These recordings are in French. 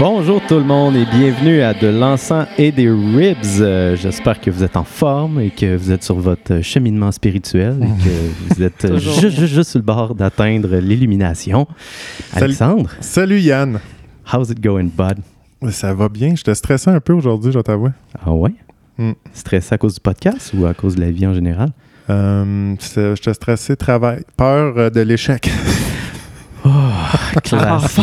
Bonjour tout le monde et bienvenue à De l'encens et des ribs. Euh, J'espère que vous êtes en forme et que vous êtes sur votre cheminement spirituel et que vous êtes euh, Toujours. juste, juste, juste sur le bord d'atteindre l'illumination. Salut. Alexandre, Salut Yann. how's it going, bud? Ça va bien? J'étais stressé un peu aujourd'hui, je t'avoue. Ah ouais? Mm. Stressé à cause du podcast ou à cause de la vie en général? Euh, c'est- J'étais stressé, travail, peur euh, de l'échec. Classe-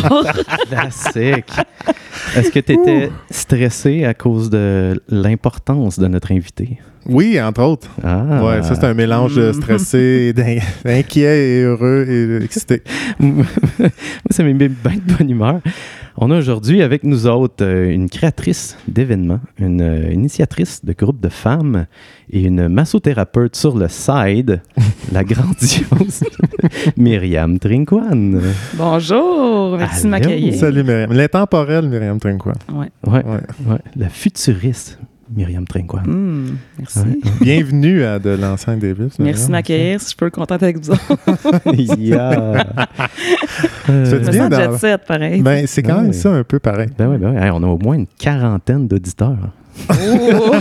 Classique. Est-ce que tu étais stressé à cause de l'importance de notre invité? Oui, entre autres. Ah. Ouais, ça c'est un mélange de stressé, d'in- d'inquiet et heureux et excité. Moi, ça m'a mis bien de bonne humeur. On a aujourd'hui avec nous autres euh, une créatrice d'événements, une euh, initiatrice de groupes de femmes et une massothérapeute sur le side, la grandiose Myriam Trinquan. Bonjour, merci de Allô. m'accueillir. Salut Myriam. L'intemporel Myriam Trinquois. Ouais. Ouais, Ouais. ouais, la futuriste Myriam Trinquan. Hmm, merci. Ouais. Bienvenue à De l'enceinte des villes. Merci de m'accueillir. Si je peux, contente avec vous autres. Yeah. Ça Je me te Euh, dit- Bien sens dans- jet set, pareil. Ben, c'est quand Ah même oui. ça un peu pareil. ben ouais, ben ouais. Hey, on a au moins une quarantaine d'auditeurs. Oh!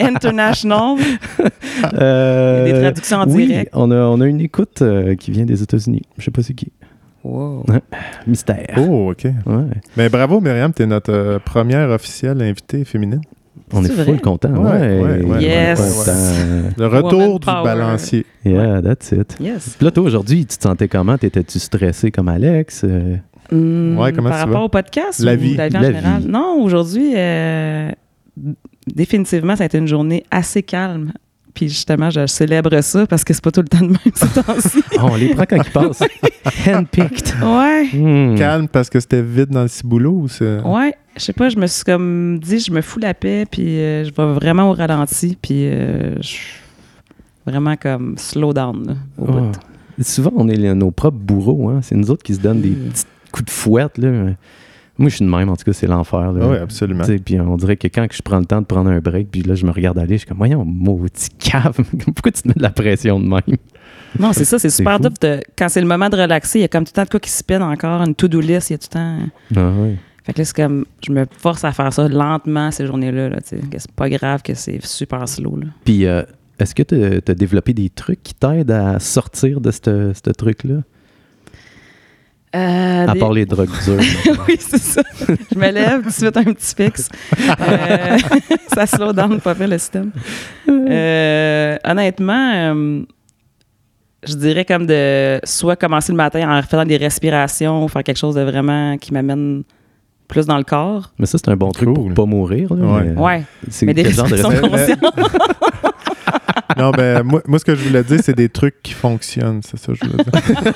International, Ah. Euh, des traductions en oui, direct. On a, on a une écoute euh, qui vient des États-Unis. Je sais pas c'est qui. Wow. Mystère. Ah. Oh, OK. Ouais. Mais bravo Myriam, t'es notre euh, première officielle invitée féminine. On est C'est full vrai? content. Ouais, ouais, ouais, Yes. Content. Le retour Woman du power. balancier. Yeah, that's it. Yes. Puis là, toi, aujourd'hui, tu te sentais comment? T'étais-tu stressé comme Alex? Euh, Hmm, Ouais, comment par tu rapport vas? au podcast La ou vie. la vie en La général? vie. Non, aujourd'hui, euh, d- définitivement, ça a été une journée assez calme. Puis justement, je célèbre ça parce que c'est pas tout le temps de même ces temps-ci. ah, on les prend quand ils passent. Handpicked. Ouais. Hmm. Calme parce que c'était vide dans le ciboulot ou c'est... Ouais, je sais pas, je me suis comme dit, je me fous la paix, puis euh, je vais vraiment au ralenti, puis euh, je suis vraiment comme slow down. là, au Ah. bout. Souvent, on est les- nos propres bourreaux. Hein? C'est nous autres qui se donnent Hmm. des petits coups de fouette. Là. Moi, je suis de même. En tout cas, c'est l'enfer. là. Ah oui, absolument. Tu sais, Puis on dirait que quand que je prends le temps de prendre un break, puis là, je me regarde aller, je suis comme, voyons, maudit cave, pourquoi tu te mets de la pression de même? Non, c'est ça, c'est C'est super fou. dur de, quand c'est le moment de relaxer, il y a comme tout le temps de quoi qui se pène encore, une to-do list, il y a tout le temps. Ah oui. Fait que là, c'est comme, je me force à faire ça lentement ces journées-là, là, tu sais, que c'est pas grave, que c'est super slow, là. Puis euh, est-ce que tu as développé des trucs qui t'aident à sortir de ce ce truc-là? Euh, À des- part les drogues dures. oui, c'est ça. Je me lève, tout de suite un petit fixe. Euh, ça slow down pas faire le système. Euh, honnêtement, euh, je dirais comme de soit commencer le matin en faisant des respirations, faire quelque chose de vraiment qui m'amène plus dans le corps. mais ça, c'est un bon truc pour Cool. pas mourir. Là, Ouais. mais, euh, Ouais. C'est Mais des quel genre de respirations respect- Mais- mais- conscientes. non, ben, moi, moi, ce que je voulais dire, c'est des trucs qui fonctionnent. C'est ça que je voulais dire.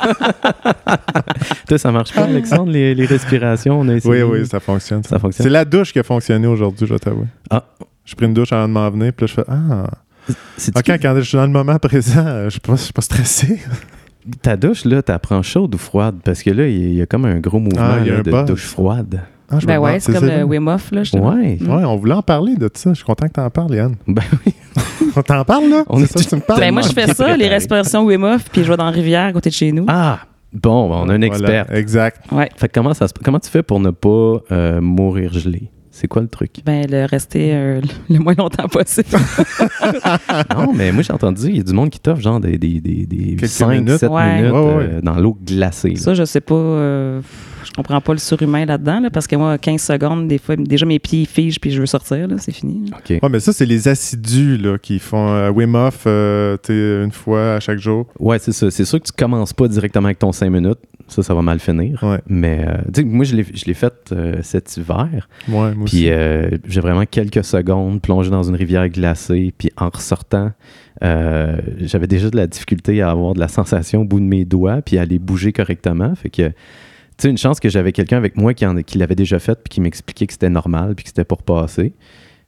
Toi, ça marche pas, Alexandre, les, les respirations, on a Oui, essayé. oui, ça fonctionne. Ça fonctionne. C'est la douche qui a fonctionné aujourd'hui, je t'avoue. Ah. Je pris une douche avant de m'en venir, puis là, je fais Ah, C'est-tu ok, quand je suis dans le moment présent, euh, je suis pas, je suis pas stressé. que Ta douche, là, t'apprends chaude ou froide? Parce que là, il y a- il y, a comme un gros mouvement Ah, il y a là, un de buzz. douche froide. Ah, je me Ben ouais, demande, c'est comme ça, le là? Wim Hof, là, je te Ouais. Ouais, on voulait en parler de ça. Je suis content que t'en parles, Yann. Ben oui. On t'en parle, là? On C'est est ça que tu me parles? Ben moi, je fais Tellement ça, les préparé. respirations Wim Hof, puis je vais dans la rivière à côté de chez nous. Ah, bon, ben, on a un expert. Voilà, exact. Ouais. Fait que comment, ça se- comment tu fais pour ne pas euh, mourir gelé? C'est quoi le truc? Ben, le rester euh, le moins longtemps possible. non, mais moi, j'ai entendu dire, il y a du monde qui t'offre genre des, des, des, Quelques 5, minutes. 7 Ouais. minutes Ouais, ouais. euh, dans l'eau glacée. là. Ça, je sais pas. euh, je comprends pas le surhumain là-dedans, là, parce que moi, 15 secondes, des fois, déjà mes pieds figent puis je veux sortir, là, c'est fini. là. OK. Ouais, mais ça, c'est les assidus, là, qui font euh, Wim Hof, euh, tu sais, une fois à chaque jour. Ouais, c'est ça. C'est sûr que tu commences pas directement avec ton 5 minutes. Ça, ça va mal finir. Ouais. Mais euh, tu sais, moi, je l'ai je l'ai fait euh, cet hiver. Ouais, moi aussi. Puis euh, j'ai vraiment quelques secondes plongé dans une rivière glacée. Puis en ressortant, euh, j'avais déjà de la difficulté à avoir de la sensation au bout de mes doigts puis à les bouger correctement. Fait que, tu sais, une chance que j'avais quelqu'un avec moi qui, en- qui l'avait déjà fait puis qui m'expliquait que c'était normal puis que c'était pour passer.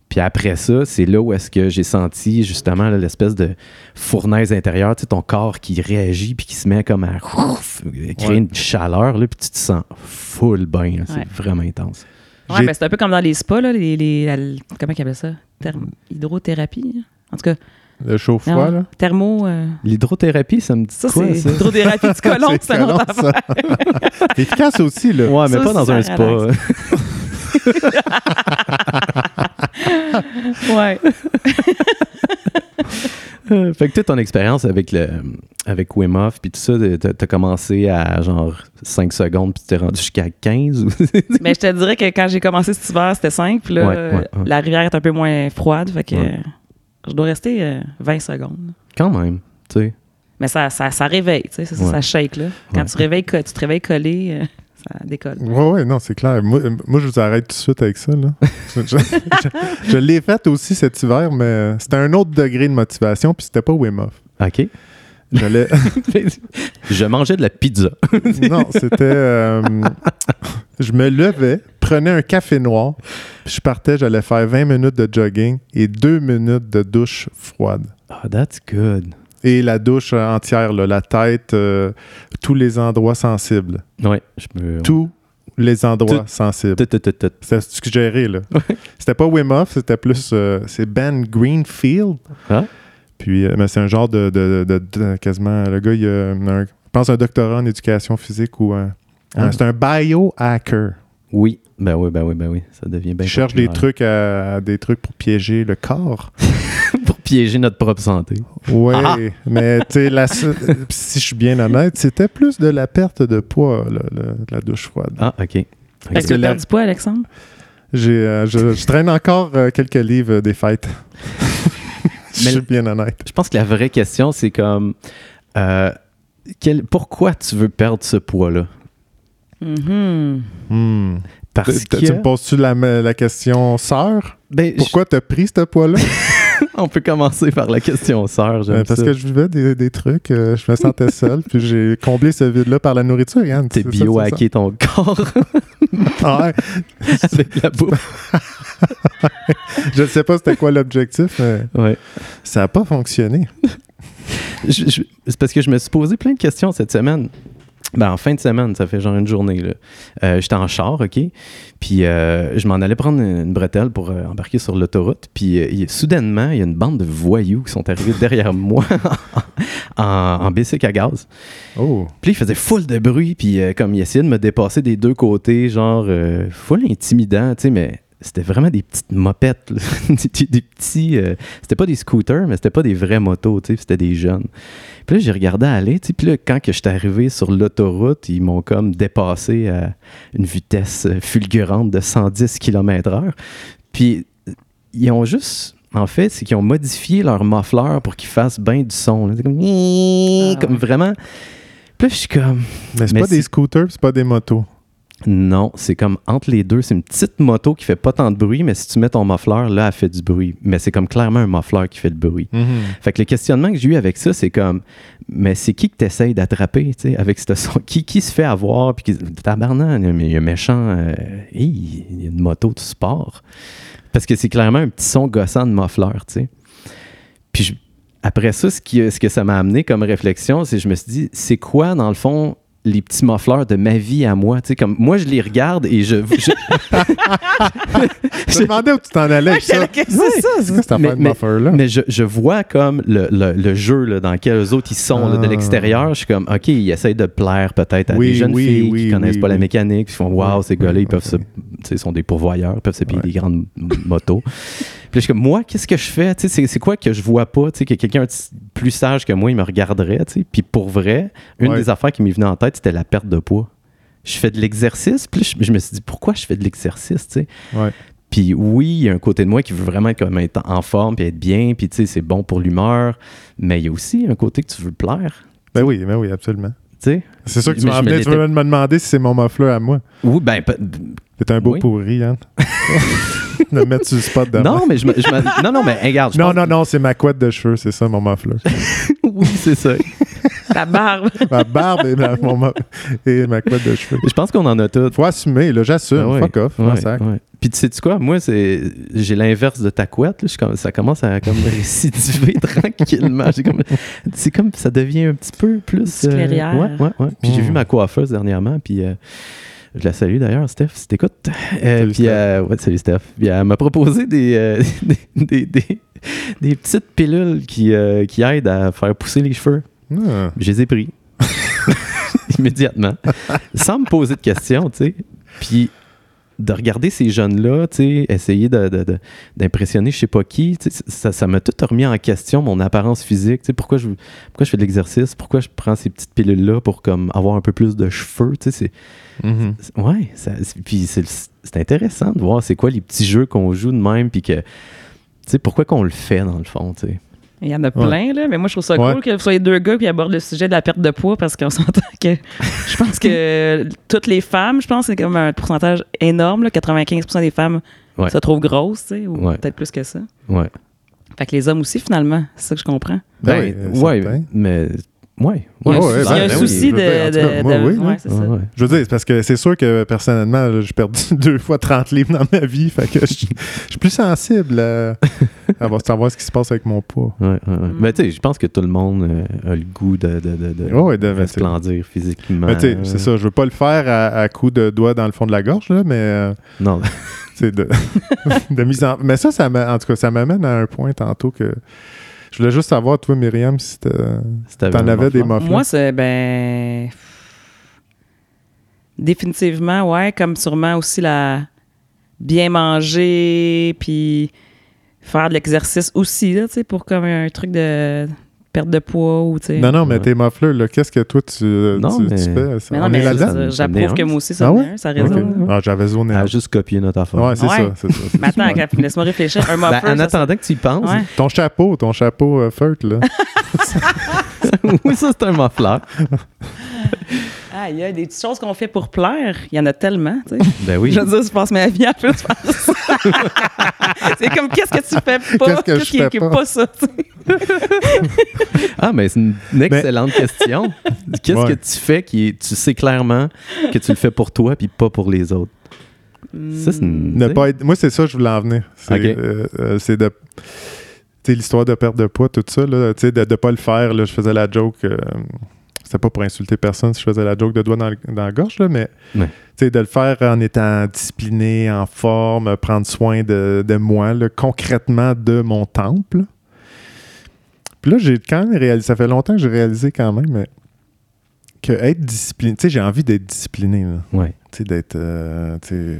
Puis après ça, c'est là où est-ce que j'ai senti justement là, l'espèce de fournaise intérieure, tu sais, ton corps qui réagit puis qui se met comme à ouf, créer Ouais. une chaleur, là, puis tu te sens full bien. là. C'est Ouais. vraiment intense. Ouais, J'ai- ben, c'est un peu comme dans les spas, là, les, les- la- comment ils appellent ça? Therm- hydrothérapie? hein? En tout cas, Le chaud-froid, Non. là. Thermo. euh, L'hydrothérapie, ça me dit ça, quoi, c'est ça? hydrothérapie du colon, C'est c'est un autre collant, ça. C'est efficace aussi, là. Ouais, mais Ça pas aussi, dans un ça spa. affaire. Ouais. Euh, fait que toute ton expérience avec le avec Wim Hof puis tout ça, de- t'as t'as commencé à genre 5 secondes puis t'es rendu jusqu'à 15 ou Mais Ben, je te dirais que quand j'ai commencé cet hiver, c'était simple. puis là, Ouais, ouais, ouais. La rivière est un peu moins froide, fait que Ouais. euh, je dois rester euh, 20 secondes. quand même, tu sais. Mais ça, ça, ça réveille, tu sais, ça, ça- Ouais. ça shake, là. Quand Ouais. tu, réveilles, co- tu te réveilles collé, euh, ça décolle. Ouais, ouais, non, c'est clair. Moi, euh, moi, je vous arrête tout de suite avec ça. Là. je je- je l'ai faite aussi cet hiver, mais euh, c'était un autre degré de motivation, puis c'était pas Wim Hof. OK. J'allais- je mangeais de la pizza. non, c'était. euh, je me levais, prenais un café noir, puis je partais, j'allais faire 20 minutes de jogging et 2 minutes de douche froide. Ah, that's good. Et la douche euh, entière, là, la tête, euh, tous les endroits sensibles. Ouais, je me Tous les endroits sensibles. Tout, tout, tout, tout. C'était suggéré, là. C'était pas Wim Hof, c'était plus... euh, c'est Ben Greenfield. Ah. Puis, euh, mais c'est un genre de, de- de- de- de- Quasiment... Le gars, il a un- je pense un doctorat en éducation physique ou un... Ah. un- c'est un biohacker. Oui, ben oui, ben oui, ben oui, ça devient bien il cherche des populaire. trucs, à- à des trucs pour piéger le corps. pour piéger notre propre santé. Oui, Ah. mais tu sais, la se- si je suis bien honnête, c'était plus de la perte de poids, le- le- la douche froide. Ah, OK. OK. Est-ce que que tu la- perdu poids, Alexandre? J'ai, euh, je, je traîne encore euh, quelques livres euh, des fêtes. Je Mais- suis bien honnête. Je pense que la vraie question, c'est comme euh, quel- pourquoi tu veux perdre ce poids-là? Mhm. Hmm. Parce T- t- Tu me que. poses-tu la, la question sœur? Ben, je- Pourquoi t'as pris ce poids-là? on peut commencer par la question sœur, j'aime Euh, Parce ça. que je vivais des, des trucs, euh, je me sentais seul, puis j'ai comblé ce vide-là par la nourriture, Yann. T'es C'est ça, c'est ça. biohacké ton corps Ah ouais. avec la bouffe. Je ne sais pas c'était quoi l'objectif, mais Ouais. ça n'a pas fonctionné. Je- je- C'est parce que je me suis posé plein de questions cette semaine. Ben, en fin de semaine, ça fait genre une journée. là. Euh, J'étais en char, OK? Puis euh, je m'en allais prendre une une bretelle pour euh, embarquer sur l'autoroute. Puis euh, il- soudainement, il y a une bande de voyous qui sont arrivés derrière moi en, en bicycle à gaz. Oh. Puis là, il faisait full de bruit, puis euh, comme il essayait de me dépasser des deux côtés, genre euh, full intimidant, tu sais, mais c'était vraiment des petites mopettes, là. des, des petits... euh, c'était pas des scooters, mais c'était pas des vraies motos, tu sais, puis c'était des jeunes. Puis là, j'ai regardé aller, tu sais, puis là, quand que j'étais arrivé sur l'autoroute, ils m'ont comme dépassé à une vitesse euh, fulgurante de 110 km heure. Puis euh, ils ont juste... En fait, c'est qu'ils ont modifié leur muffler pour qu'ils fassent bien du son. là. C'est comme... comme ouais. vraiment... Puis là, je suis comme... Mais c'est Mais pas c'est- des scooters, c'est pas des motos. Non, c'est comme entre les deux. C'est une petite moto qui fait pas tant de bruit, mais si tu mets ton muffler, là, elle fait du bruit. Mais c'est comme clairement un muffler qui fait le bruit. Fait que le questionnement que j'ai eu avec ça, c'est comme, mais c'est qui que t'essayes d'attraper, tu sais, avec ce son? Qui, qui se fait avoir? Puis qui tabarnak, mais il y a un méchant, euh, hi, il y a une moto de sport. Parce que c'est clairement un petit son gossant de muffler, tu sais. Puis je- après ça, ce, qui, ce que ça m'a amené comme réflexion, c'est que je me suis dit, c'est quoi, dans le fond, les petits muffleurs de ma vie à moi? Tu sais, comme moi, je les regarde et je. je- Je me demandais où tu t'en allais avec ça. Qu'est-ce que c'est ça? ça? C'est quoi cette Mais- affaire de mais- muffler-là? Mais je, je vois comme le, le- le jeu là, dans lequel eux autres ils sont là, de Ah. l'extérieur. Je suis comme, OK, ils essayent de plaire peut-être à Oui, des jeunes oui, filles qui oui, connaissent oui, pas la oui. mécanique. Puis ils font, waouh, Ouais, ces gars-là, ils ouais, peuvent se. ouais. tu sais, sont des pourvoyeurs, ils peuvent se payer Ouais. des grandes m- motos. Puis là, je suis comme, moi, qu'est-ce que je fais? Tu sais, C'est c'est quoi que je vois pas? Tu sais, Que quelqu'un de s- plus sage que moi, il me regarderait. tu sais. Puis pour vrai, une Ouais. des affaires qui m'est venue en tête, c'était la perte de poids. Je fais de l'exercice, puis là, je, je me suis dit, pourquoi je fais de l'exercice? tu sais? Ouais. Puis oui, il y a un côté de moi qui veut vraiment comme être en forme, puis être bien, puis tu sais, c'est bon pour l'humeur, mais il y a aussi un côté que tu veux plaire, Ben oui, ben oui, absolument. tu sais. C'est sûr que tu Mais m'as je me amené, tu veux me demander si c'est mon muffler à moi. Oui, ben, pe- C'est un beau Oui. pourri, hein. de me mettre sur le spot de non, mais je, me- je me- non, non, mais regarde, je Non, pense- non, non, c'est ma couette de cheveux, c'est ça, mon muffler. oui, c'est ça. Ta barbe. ma barbe et ma, mon mu- et ma couette de cheveux. Je pense qu'on en a tout. Faut assumer, là, j'assume. Ah ouais, Fuck off, ouais, un sac. ouais. Puis tu sais -tu quoi, moi, c'est j'ai l'inverse de ta couette, là. Je suis comme- ça commence à comme récidiver tranquillement. J'ai comme- C'est comme, ça devient un petit peu plus... euh, Petite clairière. ouais, ouais, ouais. Puis j'ai Mm. vu ma coiffeuse dernièrement, puis... euh, Je la salue d'ailleurs, Steph, si t'écoutes. Euh, Salut, puis Steph. euh, ouais, salut Steph. Puis elle m'a proposé des, euh, des, des, des- des petites pilules qui, euh, qui aident à faire pousser les cheveux. Ah. Je les ai pris. Immédiatement. Sans me poser de questions, tu sais. Puis de regarder ces jeunes-là, tu sais, essayer de- de- de- d'impressionner je sais pas qui, tu sais, ça ça m'a tout remis en question mon apparence physique. Tu sais, pourquoi, je, pourquoi je fais de l'exercice? Pourquoi je prends ces petites pilules-là pour comme avoir un peu plus de cheveux? Tu sais, c'est- Mhm. c'est- Ouais, ça, c'est- puis c'est c'est intéressant de voir c'est quoi les petits jeux qu'on joue de même, puis que, tu sais, pourquoi qu'on le fait dans le fond, tu sais. Il y en a plein, là, mais moi, je trouve ça Ouais. cool que vous soyez deux gars qui abordent le sujet de la perte de poids parce qu'on s'entend que je pense que toutes les femmes, je pense que c'est comme un pourcentage énorme, là, 95 des femmes Ouais. se trouvent grosses, tu sais, ou Ouais. peut-être plus que ça. Ouais. Fait que les hommes aussi, finalement, c'est ça que je comprends. Ben, Ben, euh, ouais, certain. mais. Ouais. Il y a un, Ouais, souci- ouais, il y a ben, un oui, souci je de. veux dire, en tout cas, de- moi, de- oui, là. ouais, c'est ça. Ouais, ouais. Je veux dire, c'est parce que c'est sûr que personnellement, là, j'ai perdu deux fois 30 livres dans ma vie. Fait que je suis je suis plus sensible à, à voir- savoir ce qui se passe avec mon poids. Ouais, ouais, ouais. Mm. Mais tu sais, je pense que tout le monde euh, a le goût de, de, de, de Ouais, ouais, de- ben, c'est- resplendir physiquement. Mais Ben, tu sais, c'est ça, je veux pas le faire à, à coups de doigt dans le fond de la gorge, là, mais euh, Non, tu sais, de, de mise en. Mais ça, ça m'a- en tout cas, ça m'amène à un point tantôt que je voulais juste savoir, toi, Myriam, si t'as- si t'en un avais des enfant. muffins. Moi, c'est. Ben. Définitivement, ouais, comme sûrement aussi la. Bien manger, puis faire de l'exercice aussi, là, tu sais, pour comme un truc de perte de poids ou, tu sais. Non, non, mais Ouais. tes mufflers, là, qu'est-ce que toi, tu, euh, Non, tu, mais- tu fais? ça? Mais non, On mais est je veux là-dedans? dire, Ça j'approuve venait que un. moi aussi, ça Ah venait ouais? un, ça Ok. résonne. là. Ah, j'avais zoné. Elle a out. juste copié notre affaire. Ouais, c'est Ouais. ça, c'est ça. c'est Mais attends, super. Gap, laisse-moi réfléchir. Un Ben, muffer, en ça, ça- attendant que tu y penses, Ouais. Ton chapeau, ton chapeau euh, feutre, là. oui, ça c'est un muffler. Ah, il y a des petites choses qu'on fait pour plaire. Il y en a tellement, tu sais. Ben oui. Je veux dire, je passe ma vie à faire ça. c'est comme, qu'est-ce que tu fais pas? Qu'est-ce que je qui fais qui est pas? pas, ça, tu sais? Ah, mais c'est une, une excellente question. Qu'est-ce Ben Ouais. que tu fais qui est- tu sais clairement que tu le fais pour toi puis pas pour les autres? Ça, c'est une- Ne tu sais, pas être- Moi, c'est ça que je voulais en venir. C'est Ok. euh, euh, c'est de. Tu sais, l'histoire de perte de poids, tout ça, là, tu sais, de ne pas le faire, là, je faisais la joke. euh, C'était pas pour insulter personne si je faisais la joke de doigt dans, le- dans la gorge, là, mais Ouais. tu sais, de le faire en étant discipliné, en forme, euh, prendre soin de, de moi, là, concrètement de mon temple. Puis là, j'ai quand même réalisé, ça fait longtemps que j'ai réalisé quand même mais que être discipliné, tu sais, j'ai envie d'être discipliné, là. Ouais. tu sais, d'être. euh, tu sais,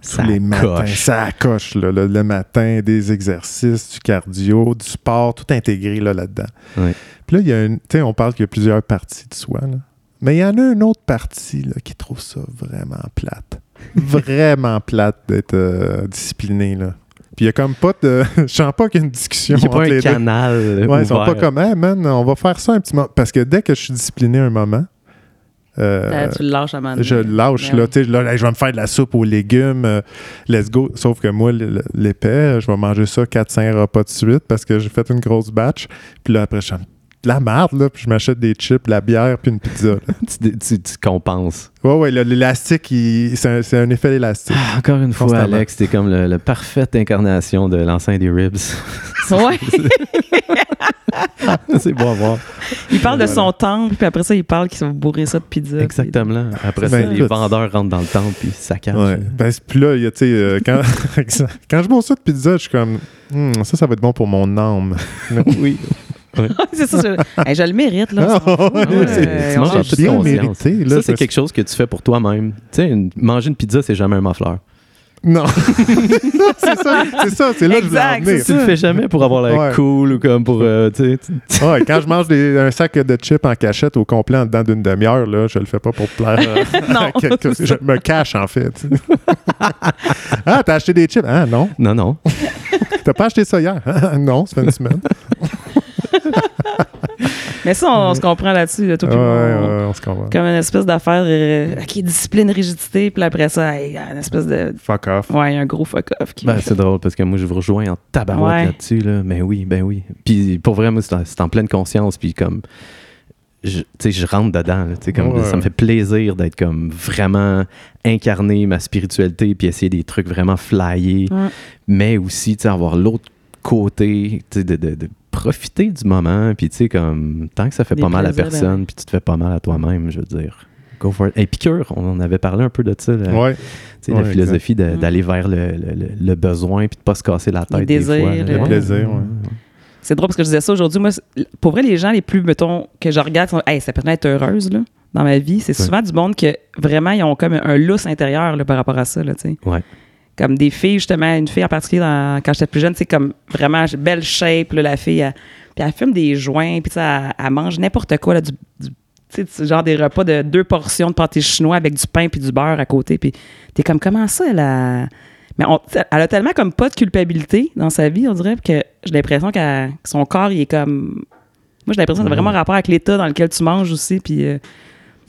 Ça tous les matins. coche. Ça coche, là, le, le matin, des exercices, du cardio, du sport, tout intégré là, là-dedans. Ouais. Puis là, il y a une, tu sais, on parle qu'il y a plusieurs parties de soi. là. Mais il y en a une autre partie là, qui trouve ça vraiment plate. vraiment plate d'être euh, discipliné. Là. Puis il y a comme pas de. Je sens pas qu'il y a une discussion Il n'y a entre pas un les deux. canal. Ouais, ils sont pas ouvert. comme, hey man, on va faire ça un petit moment. Parce que dès que je suis discipliné un moment, euh, Euh, tu le lâches à manger. je lâche, Mais là, oui. tu sais, là, Hey, je vais me faire de la soupe aux légumes, euh, let's go. Sauf que moi, le- le- l'épais, euh, je vais manger ça 4-5 repas de suite parce que j'ai fait une grosse batch. Puis là, après, je suis en- de la merde, là, puis je m'achète des chips, de la bière, puis une pizza. là. Tu, tu- tu compenses. Ouais, ouais, le- l'élastique, il- c'est un, c'est un effet élastique. Ah, Encore une fois, Constamment. Alex, t'es comme le, la parfaite incarnation de l'enceinte des ribs. Ouais. c'est beau à voir. Il parle de son temple, puis après ça, il parle qu'il va bourrer ça de pizza. puis- Exactement. Après ça, Ben, les écoute. vendeurs rentrent dans le temple puis ça cache. Ouais. Ben, c'est- puis là, il y a, tu sais, euh, quand, quand je mange ça de pizza, je suis comme, Hmm, ça, ça va être bon pour mon âme. oui. c'est ça. Je, Hey, je le mérite, là. Ah ouais, c'est- Ouais, tu on manges en change toute bien conscience. mérité, là, ça, je c'est me quelque chose que tu fais pour toi-même. Tu sais, une- manger une pizza, c'est jamais un mafleur. Non. c'est ça, c'est ça, c'est là que je voulais en Exact, venir. Tu le fais jamais pour avoir l'air Ouais. cool ou comme pour. euh, tu sais, tu- Ouais, quand je mange des- un sac de chips en cachette au complet en dedans d'une demi-heure, là, je le fais pas pour plaire à- à Non. quelqu'un. Je me cache, en fait. ah, t'as acheté des chips? Ah, non. non, non. T'as pas acheté ça hier? Ah, non, ça fait une semaine. Mais ça, on, se comprend là-dessus, là, toi Ouais, puis moi, on- ouais, on se comprend. Comme une espèce d'affaire euh, qui est discipline, rigidité, puis après ça, hey, une espèce de. Fuck off. Ouais, un gros fuck-off. qui- Ben, c'est drôle parce que moi, je vous rejoins en tabarouette Ouais. là-dessus. Là. Mais oui, ben oui. Puis pour vrai, moi, c'est en- c'est en pleine conscience. Puis comme. Je, tu sais, je rentre dedans. là, tu sais, comme, Ouais. Ça me fait plaisir d'être comme vraiment incarner ma spiritualité puis essayer des trucs vraiment flyés. Ouais. mais aussi tu sais, avoir l'autre côté tu sais, de, de- de profiter du moment puis tu sais comme tant que ça fait Des pas mal à plaisirs, ben personne puis tu te fais pas mal à toi-même je veux dire Go for it. Épicure, on en avait parlé un peu de ça. là. Ouais. Tu sais, la Ouais, philosophie de- Mm. d'aller vers le, le- le- le besoin puis de pas se casser la tête. désirs, des fois, le- là. Le Ouais, plaisir, ouais. C'est drôle parce que je disais ça aujourd'hui. Moi, c'est- pour vrai, les gens les plus, mettons, que je regarde, qui sont, hey, ça peut être heureuse, là, dans ma vie. C'est Ouais. souvent du monde que vraiment, ils ont comme un lousse intérieur, là, par rapport à ça, là, tu sais. Ouais. Comme des filles, justement, une fille en particulier, dans- quand j'étais plus jeune, c'est comme vraiment belle shape, là, la fille. Elle, puis elle fume des joints, puis tu sais, elle, elle mange n'importe quoi, là, du, du- tu sais, du- genre des repas de deux portions de pâté chinois avec du pain puis du beurre à côté. Puis t'es comme, comment ça, là? Mais on- tu sais, elle a tellement comme pas de culpabilité dans sa vie, on dirait, que j'ai l'impression qu'elle- que son corps, il est comme... Moi, j'ai l'impression que ça a Mm-hmm. vraiment rapport avec l'état dans lequel tu manges aussi, puis euh,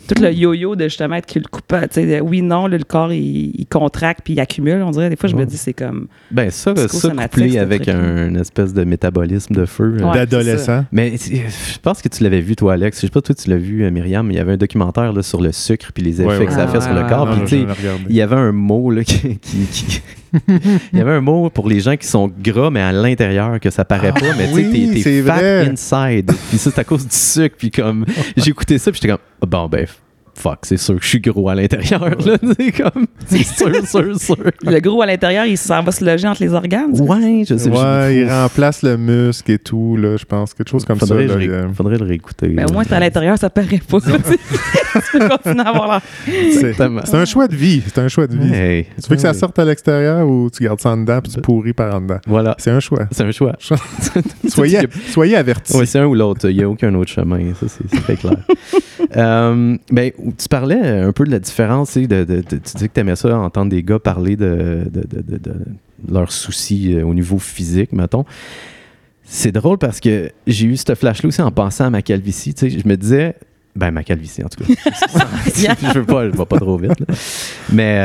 tout le yo-yo de justement être cul- coupable. tu sais, de oui, non, là, le corps, il, il contracte puis il accumule, on dirait. Des fois, je me Ouais. dis, c'est comme... Ben, ça, ça Psychosomatique, couplé ce avec truc-là. un une espèce de métabolisme de feu. là. Ouais, D'adolescent. Mais c'est- je pense que tu l'avais vu, toi, Alex. Je sais pas, toi, tu l'as vu, euh, Myriam. mais Il y avait un documentaire là, sur le sucre puis les effets Ouais, ouais. que ça a fait Ah, sur le ouais, corps. ouais, Puis, non, tu sais, je l'ai regardé. il y avait un mot là, qui, qui- qui- il y avait un mot pour les gens qui sont gras mais à l'intérieur que ça paraît Ah, pas mais tu sais oui, t'es- t'es c'est fat vrai. inside puis ça c'est à cause du sucre puis comme j'ai écouté ça puis j'étais comme Ah, bon ben fuck c'est sûr que je suis gros à l'intérieur là c'est comme c'est sûr sûr sûr Le gros à l'intérieur, il s'en va se loger entre les organes. tu sais. ouais je sais Ouais, je- il remplace le muscle et tout, là, je pense. Quelque chose comme ça. faudrait, là, euh. le ré- il y a- faudrait le réécouter Mais Ben, au là. moins, c'est à l'intérieur, ça paraît pas. tu sais. tu peux continuer à avoir l'air. c'est Exactement. c'est un choix de vie. C'est un choix de vie. Hey. Tu veux que ça Ouais. sorte à l'extérieur ou tu gardes ça en dedans puis tu pourris par en dedans? voilà C'est un choix. c'est un choix Soyez, soyez avertis. Oui, c'est un ou l'autre. Il n'y a aucun autre chemin. Ça, c'est c'est très clair. Euh, ben, tu parlais un peu de la différence. tu sais, De, de- de- tu dis que tu aimais ça, entendre des gars parler de, de- de- de- de leurs soucis euh, au niveau physique, mettons. C'est drôle parce que j'ai eu ce flash-là aussi en pensant à ma calvitie. Tu sais, je me disais, ben, ma calvitie, en tout cas. je veux pas, je vais pas trop vite. là. Mais,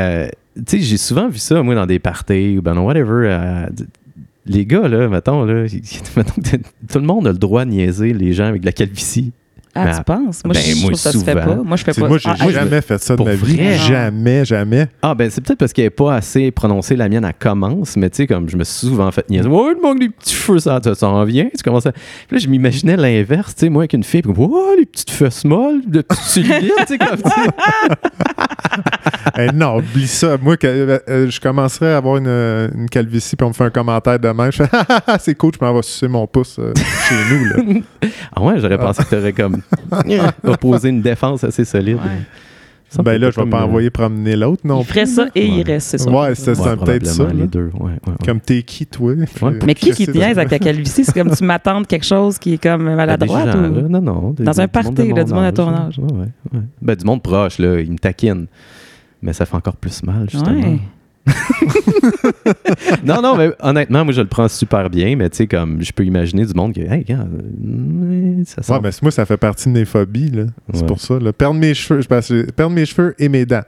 euh, tu sais, j'ai souvent vu ça, moi, dans des parties ou ben, whatever. euh, d- les gars, là, mettons, là, mettons que t'es- tout le monde a le droit de niaiser les gens avec de la calvitie. Ah, Ben, tu penses? Moi, ben, je, je moi, trouve que ça se fait souvent. pas. Moi, je fais C'est- pas. Moi, j'ai Ah, ah, jamais fait ça de Pour ma vie. vrai? Jamais, jamais. Ah, ben, c'est peut-être parce qu'elle n'est pas assez prononcée, la mienne, elle commence, mais tu sais, comme je me suis souvent fait niaiser. Ouais, il manque des petits feux, ça, ça, ça en vient. Tu commences à. Puis là, je m'imaginais l'inverse, tu sais, moi, avec une fille, puis comme, ouais, les petites fesses molles, de petites cellulaires, tu sais, comme ça. Eh non, oublie ça. Moi, que- euh, euh, je commencerais à avoir une, euh, une calvitie, puis on me fait un commentaire demain. Je fais, Ah, ah, ah, c'est cool, je m'en vais sucer mon pouce euh, chez nous. Là. Ah ouais, j'aurais pensé que t'aurais comme opposé une défense assez solide. Ouais. Ça, Ben là, t'es je vais comme, pas euh, envoyer promener l'autre non Il ferait ça et Ouais. il reste, c'est ça. Ouais, c'est ouais, ça, peut-être ça. probablement, les là. deux. Ouais, ouais, ouais. Comme t'es qui, toi? Puis, Ouais. euh, Mais qui je qui sais te pas. niaise avec la calvitie? C'est comme tu m'attends de quelque chose qui est comme Ben, maladroite des gens, ou... là, non, non. des- Dans des- un du monde party, de là, mon du monde à ton âge. Ouais, ouais, ouais. Ben, du monde proche, là, il me taquine. Mais ça fait encore plus mal, justement. Ouais. non, non, mais honnêtement, moi, je le prends super bien, mais tu sais, comme, je peux imaginer du monde que, hey, gars, euh, ça sent. Ouais, mais c'est- moi, ça fait partie de mes phobies. là. C'est Ouais. pour ça. là. Perdre mes cheveux, je passe- perdre mes cheveux et mes dents.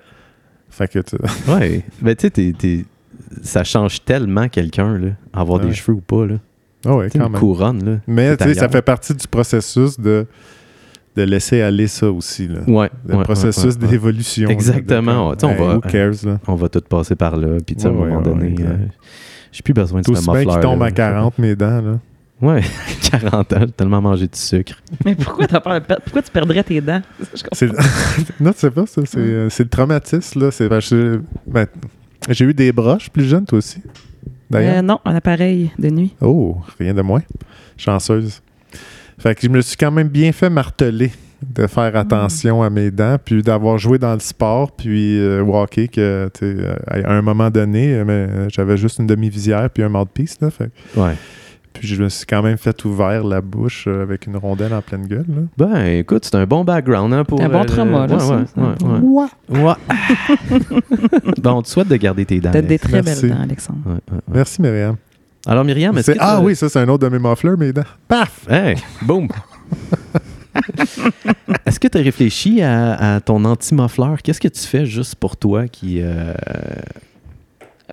Fait que, tu- Ouais. Ben, tu sais, t'es- t'es- ça change tellement quelqu'un, là, avoir Ouais. des cheveux ou pas, là. Ah ouais, Tu sais, quand une même. couronne, là. Mais c'est tu sais, ça ailleurs. fait partie du processus de, de laisser aller ça aussi. Là. Ouais. Le ouais, ouais, processus ouais, ouais. d'évolution. là, de Exactement, comme, tu sais, on hey, va- euh, Who cares, là? On va tous passer par là, puis tu sais, à un Ouais, ouais, moment ouais, donné, exact. euh, j'ai plus besoin de Tout ce aussi bien muffler. qui tombe là. à 40, mes dents, là. Ouais, 40 ans, j'ai tellement mangé du sucre. Mais pourquoi, t'as peur de per- pourquoi tu perdrais tes dents? Je comprends. C'est... non, tu sais pas, ça. C'est, euh, c'est le traumatisme, là. C'est... parce que- ben, j'ai eu des broches plus jeunes, toi aussi. D'ailleurs. Euh, non, un appareil de nuit. Oh, rien de moins. Chanceuse. Fait que je me suis quand même bien fait marteler de faire attention à mes dents, puis d'avoir joué dans le sport, puis euh, au hockey, que, tu sais, euh, à un moment donné, euh, mais, euh, j'avais juste une demi-visière puis un mouthpiece. Là, fait. que- Ouais. Puis je me suis quand même fait ouvert la bouche euh, avec une rondelle en pleine gueule. là. Ben, écoute, c'est un bon background hein, pour. C'est un bon trauma, là, ouais, ça. ouais, C'est un ouais, ouais. Ouais. ben, on te souhaite de garder tes dents. T'as des Alex. très Merci. belles dents, Alexandre. Ouais, ouais, ouais. Merci, Myriam. Alors, Myriam, est-ce C'est- que. Ah t'as- oui, ça, c'est un autre de mes mufflers, mes dents. Paf! Hey, boum! est-ce que tu as réfléchi à, à ton anti-muffleur? Qu'est-ce que tu fais juste pour toi qui. euh,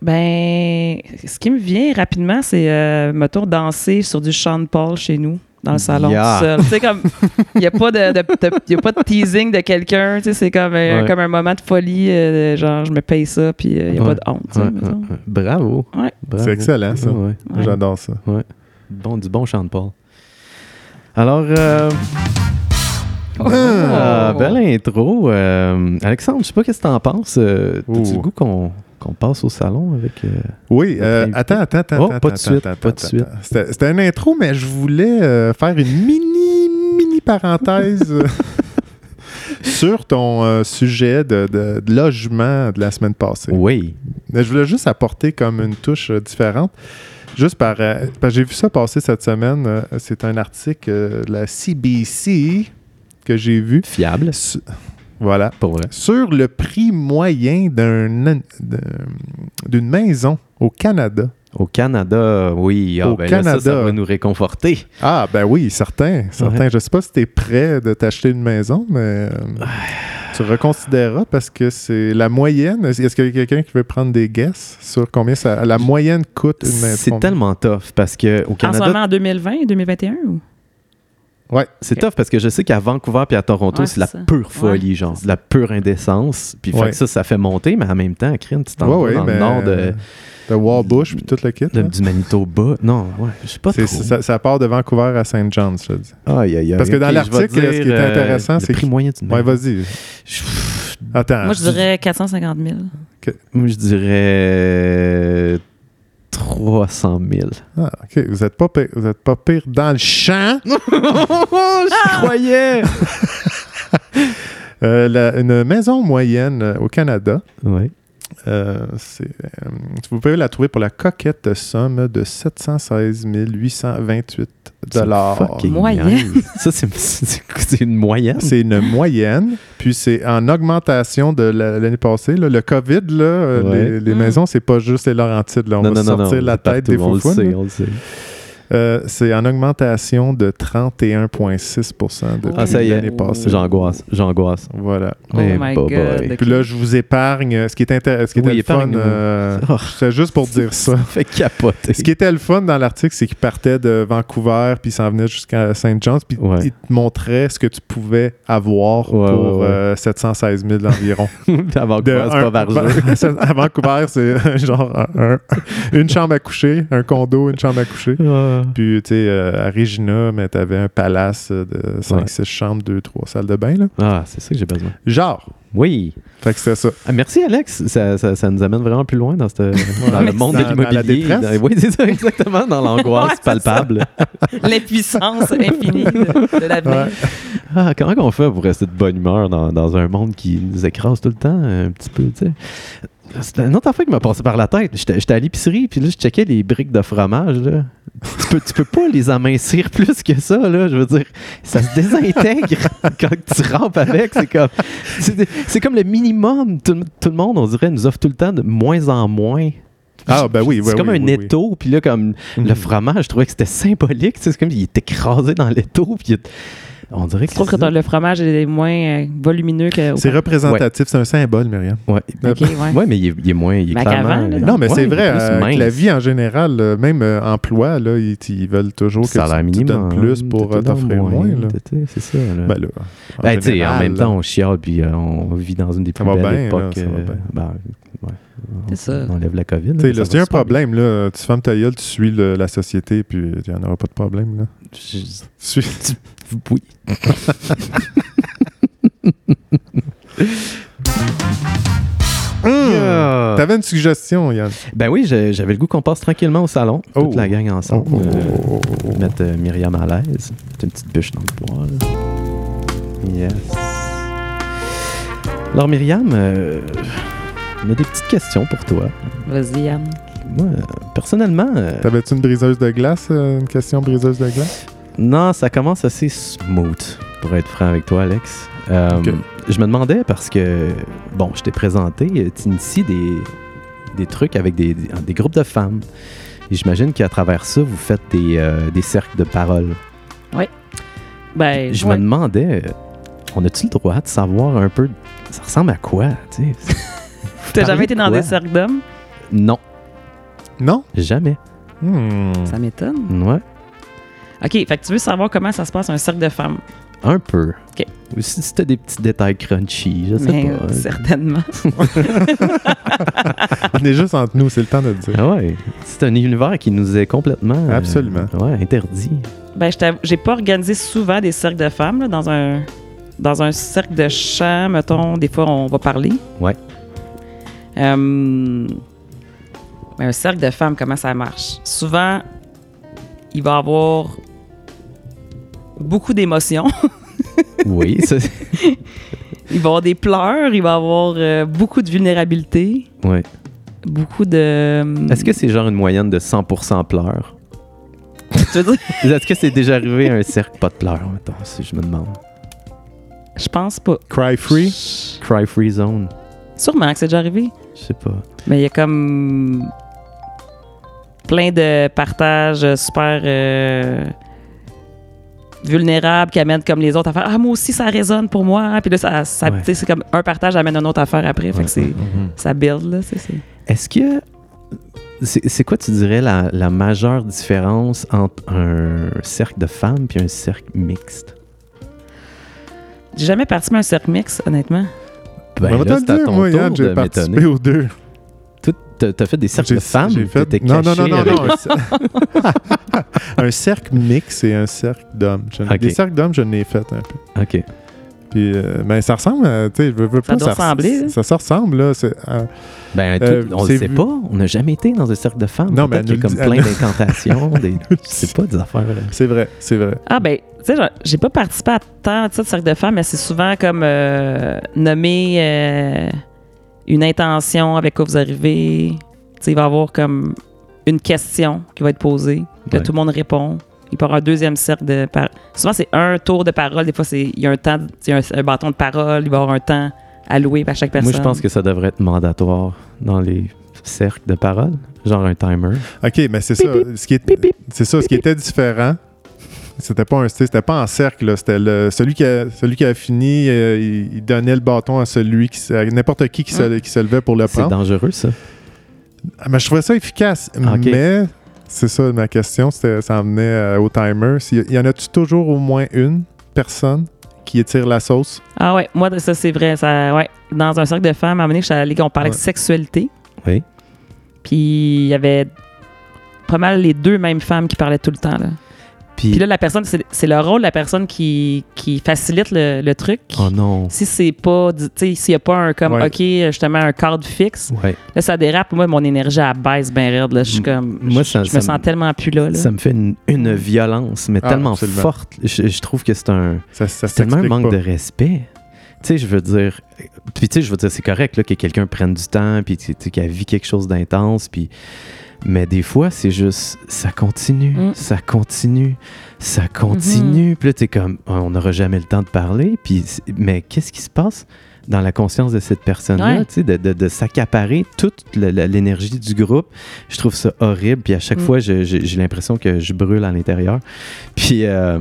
Ben, ce qui me vient rapidement, c'est, euh, mettons, danser sur du Sean Paul chez nous, dans le salon, Yeah. tout seul. Tu sais, comme, il n'y a, pas de, de, de- y a pas de teasing de quelqu'un. Tu sais, c'est comme, un- Ouais. comme un moment de folie, euh, genre, je me paye ça, puis il n'y a Ouais. pas de honte. tu sais, ouais, mettons. ouais, ouais. Bravo! Ouais. Bravo. C'est excellent, ça. Ouais, ouais. Ouais. J'adore ça. Bon, du bon chant de Paul. Alors, euh, Oh! Ah, belle intro. Euh, Alexandre, je sais pas qu'est-ce que t'en penses. Euh, T'as-tu Ouh. le goût qu'on qu'on passe au salon avec... euh, Oui, Notre euh, invité. attends, attends, attends. Oh, attends, pas de attends, suite, attends, pas de attends, suite. attends. C'était c'était une intro, mais je voulais euh, faire une mini, mini parenthèse euh, sur ton euh, sujet de, de- de logement de la semaine passée. Oui. Mais je voulais juste apporter comme une touche euh, différente. Juste par. euh, parce que j'ai vu ça passer cette semaine. euh, C'est un article euh, de la CBC que j'ai vu. Fiable, Su- Voilà. pour vrai. Sur le prix moyen d'un- d'un- d'une maison au Canada. Au Canada, oui. Ah, Au ben là, ça, ça, Canada. va nous réconforter. Ah, ben oui, certain. certain. Je sais pas si tu es prêt de t'acheter une maison, mais euh, tu reconsidéreras parce que c'est la moyenne. Est-ce qu'il y a quelqu'un qui veut prendre des guesses sur combien ça, la moyenne coûte une maison? C'est tellement tough parce que au En ce Canada, moment, en 2020, 2021 ou? c'est tough parce que je sais qu'à Vancouver puis à Toronto, Ouais, c'est la c'est ça. pure folie, Ouais, genre, c'est de la pure indécence. Puis fait Ouais. que ça, ça fait monter, mais en même temps, crime, tu t'en vas Ouais, ouais, dans le mais- nord de, De Warbush puis tout le kit. de- là. du Manitoba. Non, ouais, je sais pas C'est- trop. c'est- ça, ça part de Vancouver à St. John's, je te dis. Aïe, aïe, aïe. Parce que dans Ok, je vais l'article, dire, ce qui est euh, intéressant, c'est Le prix que- moyen d'une Ouais, maison. vas-y. Je- Attends. Moi, je dirais 450 000. Moi, je dirais 300 000. Ah, OK. Vous êtes pas pire, vous êtes pas pire dans le champ. je croyais! Euh, la- une maison moyenne euh, au Canada, Ouais. euh, c'est, euh, vous pouvez la trouver pour la coquette somme de 716 828 C'est dollars. fucking Moyen. nice. Ça, c'est- c'est c'est une moyenne. C'est une moyenne, puis c'est en augmentation de la- l'année passée. là. Le COVID, là, euh, Ouais. les, les Mm. maisons, c'est pas juste les Laurentides. là. On non, va non, non, sortir non, la c'est tête des partout, on le foufounes. là. sait, hein. on le sait. Euh, c'est en augmentation de 31,6 depuis Ah, ça y est. l'année passée. J'angoisse, j'angoisse. Voilà. Oh Eh, my bah, God. bah, Puis là, je vous épargne. euh, Ce qui était, intér- ce qui Oui, était le fun, épargne-nous. euh, Oh. c'est juste pour dire ça. Ça fait capoter. Ce qui était le fun dans l'article, c'est qu'il partait de Vancouver, puis il s'en venait jusqu'à St. John's, puis Ouais. il te montrait ce que tu pouvais avoir Ouais, ouais, pour ouais. euh, 716 000 environ. Avant De que passe pas un- Vargin. à Vancouver, c'est genre euh, un- une chambre à coucher, un condo, une chambre à coucher. Ah. Puis, tu sais, euh, à Regina, mais t'avais un palace de 5-6 chambres, 2-3 salles de bain, là. Ah, c'est ça que j'ai besoin. Genre. Oui. Fait que c'était ça. Ah, merci, Alex. Ça, ça- ça nous amène vraiment plus loin dans, cette- dans le Merci. monde de Dans- dans la l'immobilier. détresse. Dans- Oui, c'est ça, exactement. Dans l'angoisse Ouais, c'est palpable. L'impuissance infinie de, de l'avenir. Ah, comment on fait pour rester de bonne humeur dans, dans un monde qui nous écrase tout le temps, euh, un petit peu, tu sais? C'est une autre affaire qui m'a passé par la tête. J'étais j'étais à l'épicerie, puis là, je checkais les briques de fromage, là. Tu peux, tu peux pas les amincir plus que ça, là. Je veux dire, ça se désintègre quand tu rampes avec. C'est comme, c'est- c'est comme le minimum. Tout, tout le monde, on dirait, nous offre tout le temps de moins en moins. Ah, ben oui, C'est oui, comme oui, un oui, oui. Mhm. étau, puis là, comme le fromage, je trouvais que c'était symbolique. tu sais, C'est comme il est écrasé dans l'étau, puis il est- on dirait que Je trouve que ton- le fromage est moins euh, volumineux que. C'est représentatif, c'est un symbole, Myriam. Ouais. Ok, ouais. Ouais, mais il est, il est moins. Il est Mais clairement- euh, qu'avant, là, Non, mais Ah, Ouais, c'est il est vrai, plus euh, avec mince. la vie en général, euh, même euh, emploi, là, ils, ils veulent toujours que salaire tu, tu minimum. donnes plus pour t'étais euh, dans le t'offrir moins. là. t'étais- C'est ça. Là. Ben, là, en Ben, tu sais, en général, même là. temps, on chiale, puis euh, on vit dans une des plus Ça va belles bien, là, époques. ça va euh, bien. ben, ouais. C'est ça. On lève la COVID. Tu sais, mais là, ça c'est va un super bien. problème, là. Tu fermes ta gueule, tu suis le- la société, puis euh, il n'y en aura pas de problème, là. Je- Tu suis- Oui. Mmh. Yeah. T'avais une suggestion, Yann. Ben oui, je- j'avais le goût qu'on passe tranquillement au salon, Oh. toute la gang ensemble. Oh, oh, euh, oh, oh, oh, oh. mettre euh, Myriam à l'aise. Mettre une petite bûche dans le bois. là. Yes. Alors, Myriam, euh, on a des petites questions pour toi. Vas-y, Yann. Moi, euh, personnellement, euh, T'avais-tu une briseuse de glace, euh, une question briseuse de glace? non, ça commence assez smooth, pour être franc avec toi, Alex. Euh, Ok. Je me demandais parce que, bon, je t'ai présenté, euh, t'inities des, des trucs avec des, des- des groupes de femmes. Et j'imagine qu'à travers ça, vous faites des, euh, des cercles de parole. Ben, Je ouais. me demandais, euh, on a-tu le droit de savoir un peu, ça ressemble à quoi, tu sais? T'as jamais parler été de dans quoi? des cercles d'hommes? Non, Non? jamais. Hmm. Ça m'étonne. Ouais, OK, fait que tu veux savoir comment ça se passe un cercle de femmes? un peu. Ok. Ou si c'était des petits détails crunchy, je sais Mais, pas. euh, certainement. On est juste entre nous, c'est le temps de le dire. Ah ouais, c'est un univers qui nous est complètement... euh, Absolument. ouais, interdit. Ben, je t'avoue, j'ai pas organisé souvent des cercles de femmes là, dans un dans un cercle de chant, mettons, des fois, on va parler. Ouais. Euh, mais un cercle de femmes, comment ça marche? Souvent, il va y avoir beaucoup d'émotions. Oui, ça- il va y avoir des pleurs, il va y avoir euh, beaucoup de vulnérabilité, ouais. beaucoup de. Est-ce que c'est genre une moyenne de 100% pleurs? Tu veux dire- Est-ce que c'est déjà arrivé à un cercle pas de pleurs, mettons, si je me demande? Je pense pas. Cry Free. Cry Free Zone, Sûrement que c'est déjà arrivé. je sais pas. Mais il y a comme plein de partages super euh, vulnérables qui amènent comme les autres à faire Ah, moi aussi, ça résonne pour moi. Puis là, ça, ça- Ouais. tu sais, c'est comme un partage amène une autre affaire après. Fait Ouais. que c'est, Mhm. ça build. Là, c'est, c'est- Est-ce que. C'est c'est quoi, tu dirais, la, la majeure différence entre un cercle de femmes puis un cercle mixte? J'ai jamais participé à un cercle mix, honnêtement. Ben, On là, va te c'est à dire, ton moi, tour Yann, de j'ai participé m'étonner. aux deux. Toi, t'as- t'as fait des cercles J'ai- de femmes j'ai fait- t'étais Non, non, caché non, non, avec- non. Un, cer- un cercle mixte et un cercle d'hommes. Je- Ok. Des cercles d'hommes, je n'ai fait hein. un peu. OK. Puis, euh, ben, ça ressemble à. tu sais, je veux- veux Ça pas, doit ressembler, là. Ça se ressemble, là. c'est- à- Ben, Euh, tout- on le c'est sait vu- pas. On n'a jamais été dans un cercle de femmes. Non, Non, Peut-être qu'il mais elle y a comme nous le plein dit- d'incantations. des... C'est pas des affaires. euh, C'est vrai, c'est vrai. Ah, ben, tu sais, genre, j'ai pas participé à tant tu sais, de cercle de femmes, mais c'est souvent comme euh, nommer euh, une intention avec quoi vous arrivez. Tu sais, il va y avoir comme une question qui va être posée. Puis là, Ouais. tout le monde répond. Il peut y avoir un deuxième cercle de par- Souvent, c'est un tour de parole. Des fois, c'est- il y a un temps, il y a un, un bâton de parole. Il va y avoir un temps alloué à chaque personne. Moi, je pense que ça devrait être mandatoire dans les cercles de parole. Genre un timer. Euh, OK, mais c'est ça. Ce qui est- C'est ça, ce qui était différent. C'était pas un tu sais, c'était pas en cercle, là, c'était le- celui qui a celui qui a fini, euh, il, il donnait le bâton à celui qui se- à n'importe qui qui se, qui se levait pour le Hein. C'est prendre. dangereux, ça. Ah, Mais je trouvais ça efficace, Ah, Ok. mais c'est ça ma question, c'était- ça en venait euh, au timer. S'il y a- Il y en a-tu toujours au moins une personne qui étire la sauce Ah ouais, moi, ça, c'est vrai. Ça, ouais. Dans un cercle de femmes, à un moment donné, je suis allée, on parlait Ouais. de sexualité. Ah Oui. Puis il y avait pas mal les deux mêmes femmes qui parlaient tout le temps. Là. Puis là, la personne, c'est c'est le rôle de la personne qui, qui facilite le, le truc. Oh non. Si c'est pas, du- tu sais, s'il n'y a pas un comme, Ouais. OK, justement, un cadre fixe, Ouais. là, ça dérape. Moi, mon énergie, elle baisse bien raide. Là. Je suis M- comme, moi, je, ça- je ça me me- sens tellement plus là. là. Ça me fait une, une violence, mais Ah, tellement absolument. forte. Je, je trouve que c'est un, Ça, ça c'est tellement un s'explique manque pas. de respect. Tu sais, je veux dire, puis tu sais, je veux dire, c'est correct là, que quelqu'un prenne du temps, puis tu sais, qu'elle vit quelque chose d'intense, puis. Mais des fois, c'est juste, ça continue, Mm. Mm-hmm. ça continue, ça continue. Puis là, t'es comme, Ah, on n'aura jamais le temps de parler. Puis, c'est- mais qu'est-ce qui se passe dans la conscience de cette personne-là, Ouais. tu sais, de, de- de s'accaparer toute le- le- l'énergie du groupe? Je trouve ça horrible. Puis à chaque Mm. fois, je- j'ai j'ai l'impression que je brûle à l'intérieur. Puis euh,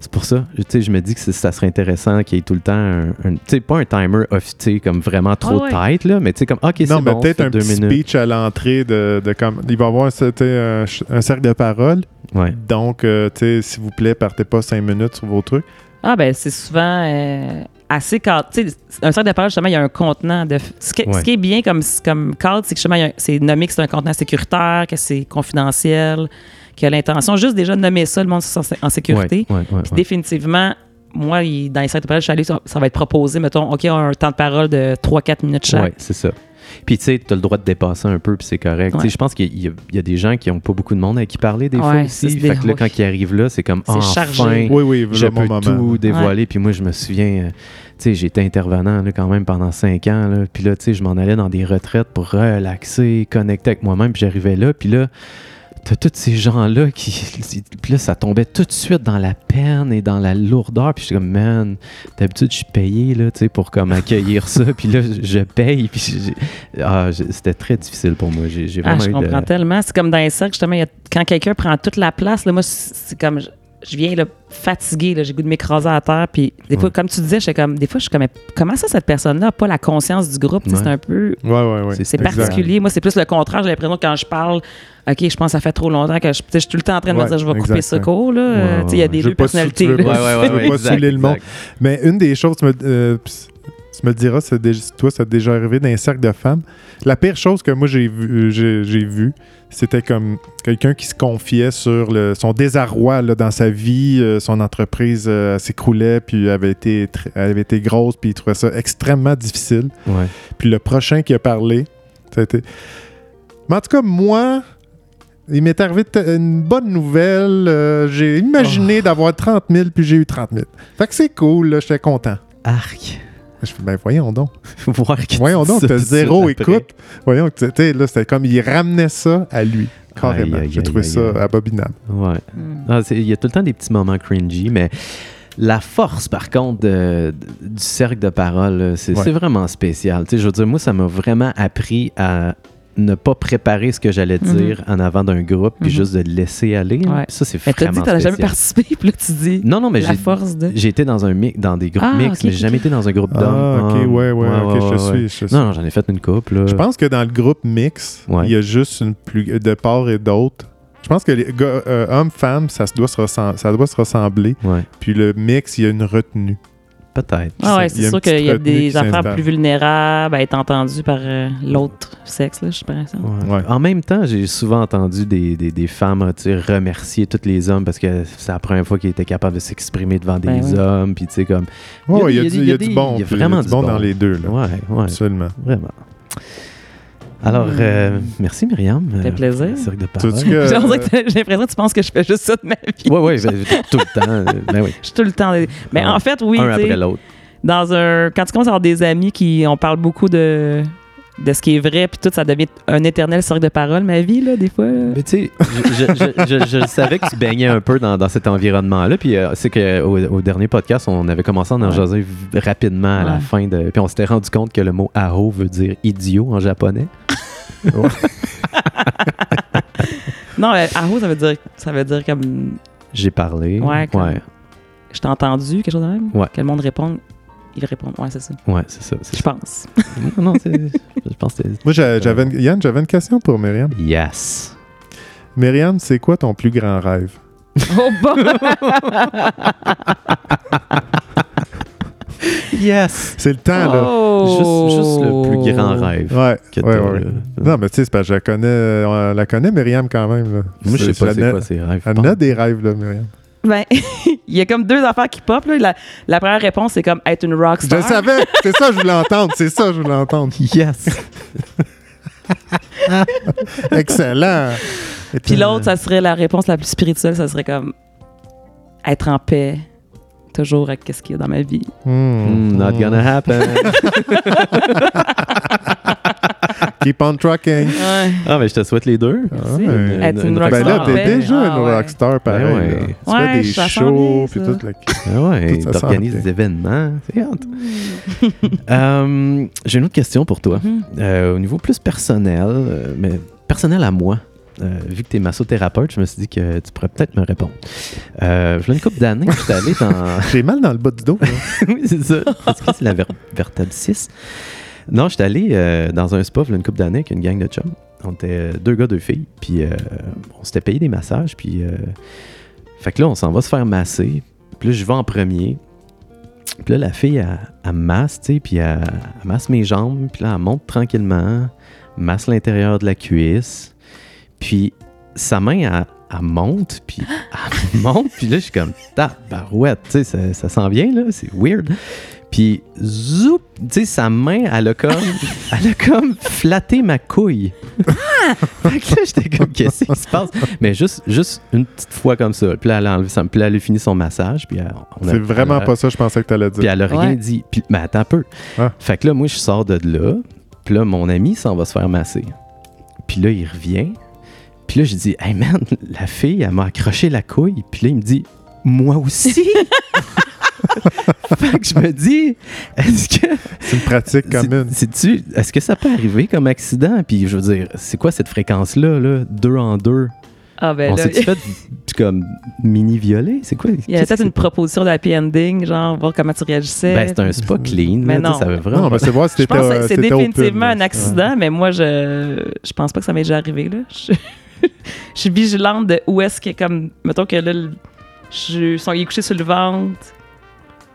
c'est pour ça, tu sais, je me dis que c'est- ça serait intéressant qu'il y ait tout le temps un, un- tu sais, pas un timer off, tu sais, comme vraiment trop ouais. tight, là, mais tu sais, comme, ok, c'est Non, mais bon, peut-être ça fait un deux petit minutes. speech à l'entrée de, de comme il va y avoir c'était un, euh, ch- un cercle de parole Ouais. Donc, euh, tu sais, s'il vous plaît, partez pas cinq minutes sur vos trucs. Ah, ben, c'est souvent euh, assez cadre. Tu sais, un cercle de parole, justement, il y a un contenant. De... Ce, qui, ce Ouais. qui est bien comme, comme cadre, c'est que justement, il y a un- c'est nommé que c'est un contenant sécuritaire, que c'est confidentiel, qu'il y a l'intention. Juste déjà de nommer ça, le monde se sent en sé- en sécurité. Ouais, ouais, ouais, Puis ouais. définitivement, moi, il- dans les cercles de parole, je suis allée, ça, ça va être proposé, mettons, OK, on a un temps de parole de 3-4 minutes chaque. Ouais, c'est ça. Puis tu sais, t'as le droit de dépasser un peu, puis c'est correct. Tu sais, Ouais. Je pense qu'il y, a- il y a des gens qui ont pas beaucoup de monde à qui parler des fois Ouais, ici. ça, c'est Fait des- que là, quand ils arrivent là, c'est comme, C'est enfin, chargé. Oui, oui, je voilà mon peux moment. tout dévoiler. Puis moi, je me souviens, euh, tu sais, j'étais intervenant là, quand même pendant cinq ans. Là, puis là, tu sais, je m'en allais dans des retraites pour relaxer, connecter avec moi-même. Puis j'arrivais là, puis là, t'as tous ces gens-là qui... Puis là, ça tombait tout de suite dans la peine et dans la lourdeur. Puis j'étais comme, man, d'habitude, je suis payé, là, tu sais, pour comme accueillir ça. Puis là, je- je paye. Puis j'ai- ah, j'ai- c'était très difficile pour moi. J'ai j'ai Ah, vraiment je eu de- comprends tellement. C'est comme dans les cercles, justement, il y a- quand quelqu'un prend toute la place, là, moi, c'est c'est comme, je, je viens là, fatiguée, là, j'ai le goût de m'écraser à terre. Puis, des fois, Ouais. comme tu disais, je suis comme, des fois, je suis comme, mais comment ça, cette personne-là n'a pas la conscience du groupe? Tu sais, Ouais. C'est un peu, Ouais, ouais, ouais. c'est Exact. particulier. Moi, c'est plus le contraire. J'ai l'impression que quand je parle, OK, je pense que ça fait trop longtemps que je, tu sais, je suis tout le temps en train de me Ouais, dire, je vais couper exact, ce ouais. cours, là. Euh, Ouais, tu sais, il y a ouais, des Je deux veux pas sou- tu personnalités, veux là. pas- Ouais, ouais, ouais, tu veux pas exact, saouler le monde. exact. Mais une des choses, tu me- euh, pis Tu me diras, c'est déjà- toi, ça t'est déjà arrivé dans un cercle de femmes. La pire chose que moi, j'ai vu, euh, j'ai- j'ai vu, c'était comme quelqu'un qui se confiait sur le- son désarroi là, dans sa vie. euh, son entreprise euh, s'écroulait, puis avait été, tr- avait été grosse, puis il trouvait ça extrêmement difficile. Ouais. Puis le prochain qui a parlé, ça a été. Mais en tout cas, moi, il m'est arrivé t- une bonne nouvelle. euh, j'ai imaginé Oh. d'avoir 30 000, puis j'ai eu 30 000. Fait que c'est cool, là, j'étais content. Arc. Je fais, ben voyons donc. Voir que tu Voyons dis donc, ça t'as tout de zéro suite après. écoute. Voyons que, tu sais, là, c'était comme, il ramenait ça à lui. Carrément. Aïe, aïe, J'ai aïe, trouvé aïe, ça aïe. abominable. Ouais. Mm. Ah, c'est- Il y a tout le temps des petits moments cringy, mais la force, par contre, de- de- du cercle de parole, là, c'est Ouais. c'est vraiment spécial. Tu sais, je veux dire, moi, ça m'a vraiment appris à ne pas préparer ce que j'allais Mhm. dire en avant d'un groupe, puis Mhm. juste de le laisser aller. là. Ouais. Ça, c'est Mais t'as dit vraiment que t'en as jamais spécial. participé, puis là, tu dis Non, non, mais la j'ai force de. j'ai été dans un mi- dans des groupes Ah, mixtes, ok, mais ok, j'ai jamais ok. été dans un groupe d'hommes. Ah, ok, Ah, ouais, ouais, ok, je te ouais, ouais. suis. Je, te Non, non, j'en ai fait une couple. là. suis. Je pense que dans le groupe mix, Ouais. il y a juste une plus de part et d'autre. Je pense que les gars, euh, hommes, femmes, ça, se doit se ressem- ça doit se ressembler. Ouais, Puis le mix, il y a une retenue. peut-être. Ah ouais, Il y a c'est une sûr petite qu'il y a retenue qui des affaires s'installe. plus vulnérables à être entendues par euh, l'autre sexe, là, je pense. Ouais. Ouais. En même temps, j'ai souvent entendu des, des, des femmes tu sais, remercier tous les hommes parce que c'est la première fois qu'ils étaient capables de s'exprimer devant des Ben oui. hommes. Puis, tu sais, comme. Il y a Ouais, il y a des- du- il y a du des- bon. il y a puis vraiment du bon dans les deux, là. Ouais, ouais, Absolument. vraiment. Alors, Hmm. euh, merci Myriam. fait euh, plaisir. pour le cercle de Tu parole. veux-tu que- J'ai l'impression que j'ai l'impression que tu penses que je fais juste ça de ma vie. Ouais, ouais, ben, tout le temps. euh, Ben oui, Je suis tout le temps. des- Mais Ouais. en fait, oui, un tu sais, après l'autre. dans un. Quand tu commences à avoir des amis qui. On parle beaucoup de. De ce qui est vrai, puis tout, ça devient un éternel cercle de parole, ma vie, là, des fois. là. Mais tu sais, je, je- je- je- je savais que tu baignais un peu dans, dans cet environnement-là. Puis euh, c'est qu'au au dernier podcast, on avait commencé à en Ouais. jaser v- rapidement à la Ouais. fin. De, puis on s'était rendu compte que le mot aho veut dire idiot en japonais. Non, euh, Aho, ça veut dire, ça veut dire comme J'ai parlé. Ouais, comme- ouais, je t'ai entendu, quelque chose de même. Ouais. Que le monde réponde, ils répondent. Ouais, c'est ça. ouais, c'est ça. c'est Je ça. pense. Non, non, c'est- je pense que c'est. Moi, j'a- j'avais une- Yann, j'avais une question pour Myriam. Yes. Myriam, c'est quoi ton plus grand rêve? oh bon! Yes. C'est le temps, là. Juste, juste le plus grand Oh. rêve. Ouais, Ah, que ouais, t'as, euh, ouais. là. Non, mais tu sais, c'est parce que je la connais, on la connaît, Myriam, quand même. Là. Moi, je sais pas la c'est na- quoi ces rêves. Elle en a des rêves, là, Myriam. Ben, il y a comme deux affaires qui pop. Là. La, la première réponse, c'est comme être une Je rockstar. le savais! C'est ça, je voulais entendre. C'est ça, je voulais entendre. Yes. Excellent! Et Puis l'autre, ça serait la réponse la plus spirituelle, ça serait comme être en paix, toujours avec ce qu'il y a dans ma vie. Hmm, not gonna happen. Hmm. Keep on trucking. Ah, Ah, mais je te souhaite les deux. Merci. ouais. Être une, Une- rockstar. Ben là, t'es Ouais. déjà Ah, une ouais. rockstar, pareil. Ben ouais. là. Tu Ouais, fais des ça sent shows, bien, puis ça. toute la... Ah ouais, Tout ça t'organises santé. des événements. C'est hâte. Euh, J'ai une autre question pour toi. Mhm. Euh, au niveau plus personnel, euh, mais personnel à moi, euh, vu que tu es massothérapeute, je me suis dit que tu pourrais peut-être me répondre. Euh, voilà une couple d'années, je suis allé dans. J'ai mal dans le bas du dos. hein. là. oui, c'est ça. Est-ce que c'est la ver- vertèbre 6? Non, j'étais allé euh, dans un spa, voilà une couple d'années, avec une gang de chums. On était euh, deux gars, deux filles. Puis euh, on s'était payé des massages. Puis. euh, Fait que là, on s'en va se faire masser. Puis là, je vais en premier. Puis là, la fille, elle, elle me masse, tu sais, puis elle, elle masse mes jambes. Puis là, elle monte tranquillement, masse l'intérieur de la cuisse. Puis sa main, elle, elle monte, puis elle monte. Puis là, je suis comme, tabarouette, tu sais, ça, ça s'en vient, là, c'est weird. Puis, zoup, tu sais, sa main, elle a comme, elle a comme flatté ma couille. fait que là, j'étais comme, qu'est-ce qui se passe? Mais juste, juste une petite fois comme ça. Puis là, elle a enlevé ça. Puis là, elle a fini son massage. Puis elle- on a- euh, C'est vraiment on a- pas ça que je pensais que t'allais puis dire. elle a rien Ouais. dit. Puis, mais attends un peu. Ah. Fait que là, moi, je sors de là. Puis là, mon ami s'en va se faire masser. Puis là, il revient. Puis là, je dis, hey man, la fille, elle m'a accroché la couille. Puis là, il me dit, moi aussi. fait que je me dis, est-ce que. C'est une pratique commune. C'est- c'est-tu- Est-ce que ça peut arriver comme accident? Puis je veux dire, c'est quoi cette fréquence-là, là? Deux en deux? Ah ben On là, s'est-tu fait comme mini-violer? C'est quoi? il y avait Qu'est-ce peut-être que- une proposition de happy ending, genre voir comment tu réagissais. Ben, c'est un spa clean. Mais là, tu sais, non. Ça veut vraiment Non, mais pas- c'est voir si je t'étais euh, pense que c'est c'était open, définitivement là. un accident, mais moi, je, je pense pas que ça m'est déjà arrivé. Là. Je, je suis vigilante de où est-ce que, comme, mettons que là, le- je, son, il est couché sur le ventre.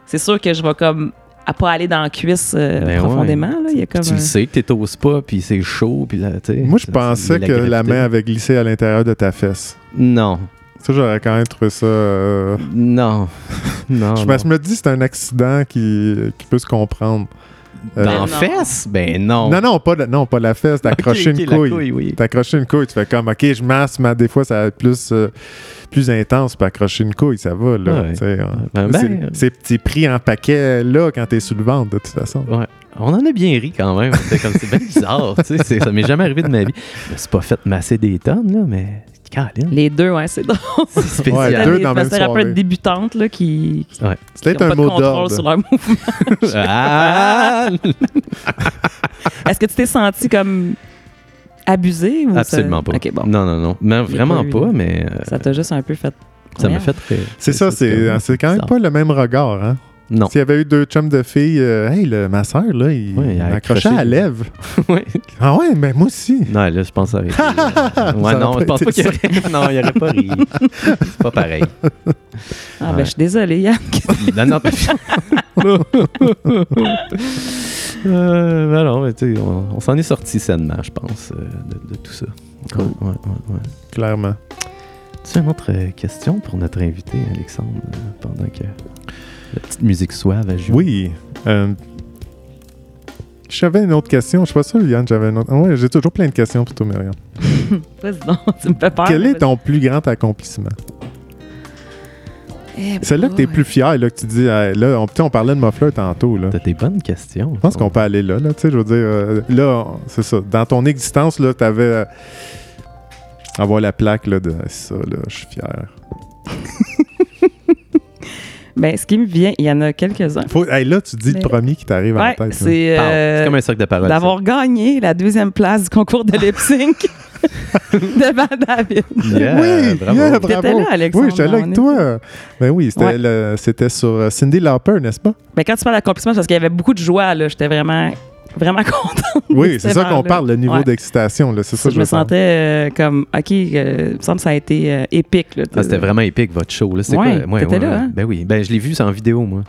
C'est sûr que je vais comme à pas aller dans la cuisse euh, Ben ouais. profondément. là. Il y a comme Tu un- le sais que t'es au spa, puis c'est chaud, puis là, tu sais. Moi, je ça, pensais c'est que la gravité. main avait glissé à l'intérieur de ta fesse. Non, Ça, j'aurais quand même trouvé ça. euh, non, non. je Ah, non. me- je me dis, c'est un accident qui, qui peut se comprendre. Euh, Dans Ben non. fesse? Ben non. non, non, pas, de- non, pas la fesse, d'accrocher Ok, ok, une la couille. oui. T'accrocher une couille, tu fais comme, OK, je masse, mais des fois, ça va être plus, euh, plus intense. Puis accrocher une couille, ça va, là. Ouais. tu sais, hein. Ben, ben, C'est- c'est c'est pris en paquet, là, quand t'es sous le ventre, de toute façon. Ouais. On en a bien ri quand même. C'est comme c'est bien bizarre, tu sais. c'est- Ça m'est jamais arrivé de ma vie. Je me suis pas fait masser des tonnes, là, mais. Caroline, Les deux, ouais, c'est drôle. c'est Ouais, spécial. deux Les dans la même soirée. thérapeutes débutantes là, qui, qui C'est n'ont peut-être un pas de mot contrôle sur d'ordre. leur mouvement. Ah! Est-ce que tu t'es senti comme abusé ou ça- Absolument pas. Ok, bon. Non, non, non. Mais J'ai vraiment pas eu, pas, là. mais euh, Ça t'a juste un peu fait. ça m'a Merde. fait très. C'est ça, c'est c'est quand même bizarre. pas le même regard, hein. Non. S'il y avait eu deux chums de filles, euh, hey, le- ma soeur, là, il Ouais, il a accroché. m'accrochait à la lèvre. Ouais. Ah ouais, mais moi aussi. Non, là, je pense à. aurait euh, ouais, non, pas je pense été pas qu'il y aurait... Non, il y aurait pas ri. C'est pas pareil. Ah, ben, Ouais. je suis désolée, Yann. Non, non, pas Euh, ben non, mais tu sais, on, on s'en est sorti sainement, je pense, euh, de, de tout ça. Cool. Ouais, ouais, ouais, ouais. Clairement. Tu as une autre euh, question pour notre invité, Alexandre, euh, pendant que la petite musique suave à jouer? Oui. Euh, j'avais une autre question. Je suis pas sûr, Yann, j'avais une autre. Ouais, j'ai toujours plein de questions pour toi, Myriam. Vas-y donc, tu me fais peur. Quel est ton plus grand accomplissement? Eh, Celle-là que t'es boy. plus fier, là, que tu dis, hey, là, on, tu sais, on parlait de Muffler tantôt, là. T'as des bonnes questions. Je pense qu'on peut aller là, là, tu sais, je veux dire, euh, là, on- c'est ça. Dans ton existence, là, t'avais... euh, avoir la plaque, là, de ça, là, je suis fier. Ben, ce qui me vient, il y en a quelques-uns. Faut, hey, là, tu dis Mais- le premier qui t'arrive à la Ouais, tête. là. c'est. Parle. euh, C'est comme un sac de paroles. d'avoir gagné la deuxième place du concours de lip sync devant David. ça. Yeah, oui, bravo. yeah, T'étais bravo. là, Alexandre, Oui, j'étais on là avec est- toi. Ben oui, c'était Ouais. le- c'était sur euh, Cindy Lauper, n'est-ce pas? Mais Ben, quand tu parles d'accomplissement, c'est parce qu'il y avait beaucoup de joie, là. J'étais vraiment, vraiment contente. Oui, c'est ça Vraiment, qu'on là. parle, le niveau Ouais. d'excitation. là, C'est ça que Je me veux savoir. sentais euh, comme, OK, euh, il me semble que ça a été euh, épique, là. Ah, c'était vraiment épique, votre show. Là. C'est Ouais, quoi? Ouais, t'étais ouais, là, ouais. hein? Ben oui. Ben, je l'ai vu, c'est en vidéo, moi.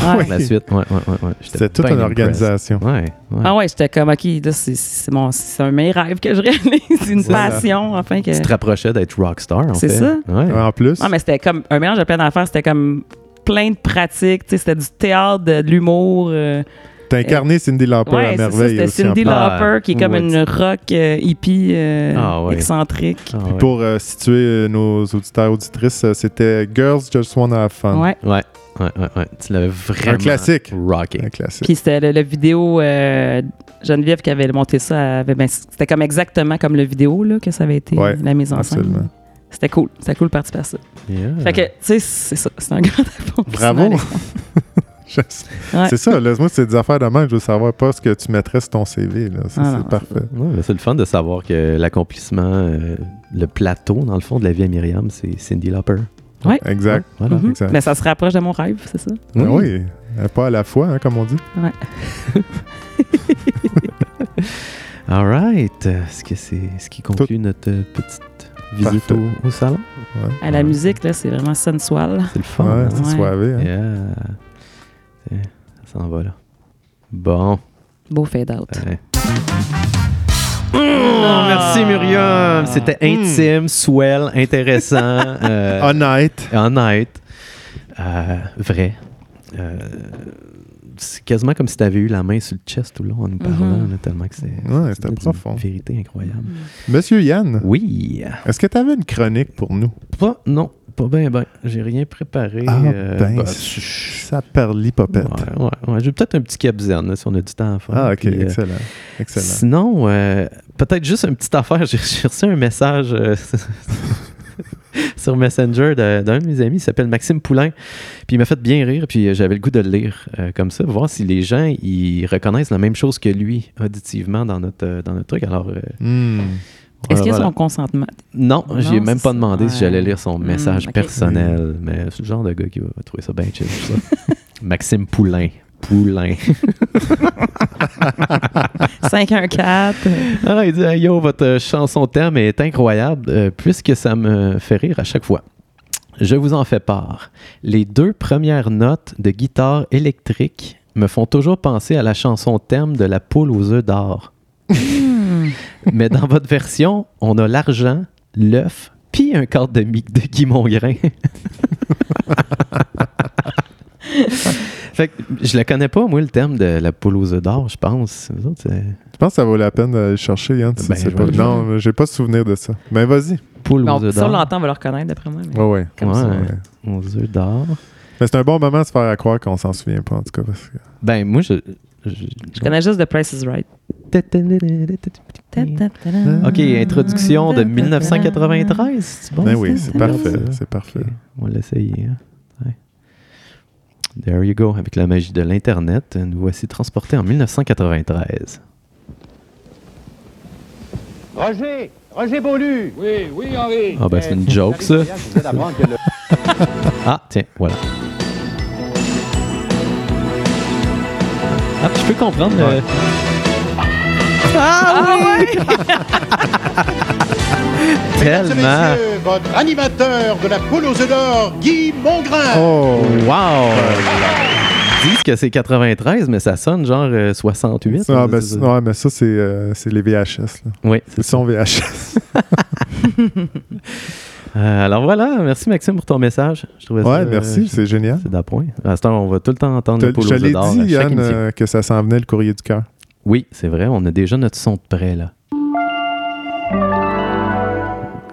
Ah, La suite. Ouais, ouais, ouais, ouais. J'étais C'était toute bien une impressed. organisation. Ouais, ouais. Ah ouais, j'étais comme, OK, là, c'est- c'est mon- c'est un meilleur rêve que je réalise, c'est une Voilà. passion, enfin. Que... Tu te rapprochais d'être rockstar, en C'est fait. ça. Ouais. Ah, En plus, Non, Ah, mais c'était comme un mélange de plein d'affaires, c'était comme plein de pratiques, tu sais, c'était du théâtre, de, de l'humour. euh, t'as incarné Cindy Lauper ouais, à c'est ça, merveille c'était aussi. en Cindy plus. Ah, Lauper, qui est comme ouais. une rock euh, hippie euh, Ah ouais. excentrique. Ah Puis ouais. Pour euh, situer euh, nos auditeurs auditrices, euh, c'était Girls Just Wanna Have Fun. Ouais. Ouais, ouais, ouais, ouais. Tu l'avais vraiment. Un classique. Rocké. Un classique. Puis c'était le, le vidéo euh, Geneviève qui avait monté ça. elle avait- ben, c'était comme exactement comme le vidéo là, que ça avait été Ouais, la mise en absolument. scène. C'était cool. C'était cool de participer à ça. Yeah. Fait que, tu sais, c'est ça. C'est un grand accomplissement. Bravo. Je- Ouais. C'est ça, là, moi, c'est des affaires de même. Je veux savoir pas ce que tu mettrais sur ton CV. là. Ça, Ah, c'est non, parfait. Ouais, mais c'est le fun de savoir que l'accomplissement, euh, le plateau, dans le fond, de la vie à Myriam, c'est Cindy Lauper. Exact. Voilà. Mhm. Exact. Mais ça se rapproche de mon rêve, c'est ça? Ah oui, un pas à la fois, hein, comme on dit. All right. Est-ce que c'est ce qui conclut notre euh, petite visite Parfait. au, au salon? Ouais. À la Ouais. musique, là, c'est vraiment sensual. C'est le fun. Ouais, hein? c'est Ouais. soivé. hein. Yeah. Eh, Ça s'en va, là. Bon. Beau fade-out. ouais. Ah! Oh, merci, Myriam. C'était Hmm. intime, swell, intéressant. euh, Honnête. honnête, euh, vrai. Euh, c'est quasiment comme si tu avais eu la main sur le chest tout le long en nous parlant, Mhm. là, tellement que c'est. Ouais, c'est c'était d'une profond. Vérité incroyable. Mm. Monsieur Yann, Oui. est-ce que tu avais une chronique pour nous? Pas, non, pas bien, ben. J'ai rien préparé. Ah, euh, ben, bah, c'est- je- Ça parle popette. Ouais, ouais, ouais. J'ai peut-être un petit capzen là, si on a du temps à faire. Ah, ok, Puis, euh, excellent. Excellent. Sinon, euh, peut-être juste une petite affaire. J'ai j'ai reçu un message euh, sur Messenger de- d'un de mes amis, il s'appelle Maxime Poulain. Puis il m'a fait bien rire, puis euh, j'avais le goût de le lire euh, comme ça, voir si les gens ils reconnaissent la même chose que lui auditivement dans notre, euh, dans notre truc. Alors, euh, Hmm. Est-ce qu'il y a voilà. son consentement? non, Non, j'ai même c'est pas demandé ça, si ouais. j'allais lire son Hmm, message ok. personnel, mais c'est le genre de gars qui va trouver ça bien chill. ça. Maxime Poulain. Poulain. 514. euh, Alors, Ah, il dit Hey, Yo, votre euh, chanson thème est incroyable euh, puisque ça me fait rire à chaque fois. Je vous en fais part. Les deux premières notes de guitare électrique me font toujours penser à la chanson thème de la poule aux œufs d'or. Mais dans votre version, on a l'argent, l'œuf, puis un quart de, mi- de Guy Mongrain. fait que je le connais pas, moi, le thème de la poule aux œufs d'or, je pense. Vous autres, c'est Je pense que ça vaut la peine d'aller chercher, Yann. si Ben, c'est je pas- vais- Non, j'ai pas de souvenir de ça. Mais vas-y. poule Non, aux œufs si on d'or. l'entend, on va le reconnaître d'après moi. mais- Oh. Ouais, ouais. Ouais. ça, ouais. Aux œufs d'or. Mais c'est un bon moment de se faire à croire qu'on s'en souvient pas, en tout cas. parce que- Ben, moi, je. Je connais juste The Price is Right. Ok, introduction de 1993, c'est bon. Ben ça? oui, c'est parfait. C'est parfait. Ok, on va l'essayer. hein. Ouais. There you go. Avec la magie de l'Internet, nous voici transportés en 1993. Roger! Roger Beaulu! Oui, oui, Henri. Ah, ben, c'est une joke, ça. Je viens d'apprendre que le- Ah, tiens, voilà. Ah, je peux comprendre. le- Ah, Mesdames et Tellement. messieurs, votre animateur de la poule aux œufs d'or, Guy Mongrain! Oh! Wow! Euh, Ils disent que c'est 93, mais ça sonne genre euh, 68. Ah, hein, ben, c'est- c'est- ouais, mais ça, c'est euh, c'est les VHS. là. Oui. C'est le son VHS. Euh, alors voilà, merci Maxime pour ton message. Je trouvais ça, Ouais, euh, merci, c'est génial. C'est d'appoint. À cette heure, on va tout le temps entendre Te- le Je polo te l'ai d'or à chaque dit, Yann, émission. euh, que ça s'en venait le courrier du cœur. Oui, c'est vrai, on a déjà notre son de prêt là.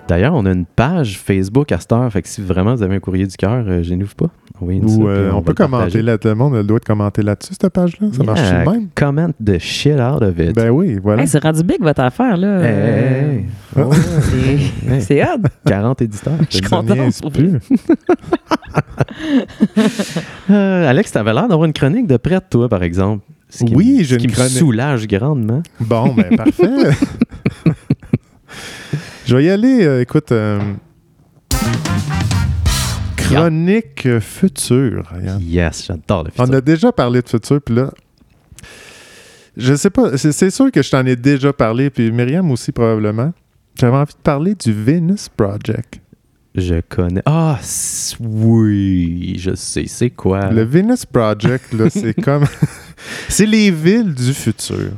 D'ailleurs, on a une page Facebook à cette heure, fait que si vraiment vous avez un courrier du cœur, euh, gênez-vous pas. Envoyez-nous ça, Ou puis euh, on, va peut le partager. commenter là, tout le monde a le droit de commenter là-dessus, cette page-là. Ça marche Yeah, tout de même. Comment de shit out of it. Ben oui, voilà. Hey, c'est rendu big votre affaire, là. Hey, hey, Euh, hey. oh, c'est- Hey. C'est hot. 40 éditeurs. Je suis Ça contente. niaise pour plus. vous. Euh, Alex, t'avais l'air d'avoir une chronique de prête, toi, par exemple. Ce qui Oui, me- j'ai ce qui une me chronique. soulage grandement. Bon, ben parfait. Je vais y aller, euh, écoute. euh, chronique euh, future. Yann. Yes, j'adore le Ah. On futur. a déjà parlé de futur, puis là. Je sais pas, c'est c'est sûr que je t'en ai déjà parlé, puis Myriam aussi probablement. J'avais envie de parler du Venus Project. Je connais. Ah, s- oui, je sais, c'est quoi. Le Venus Project, là, c'est comme. c'est les villes du futur.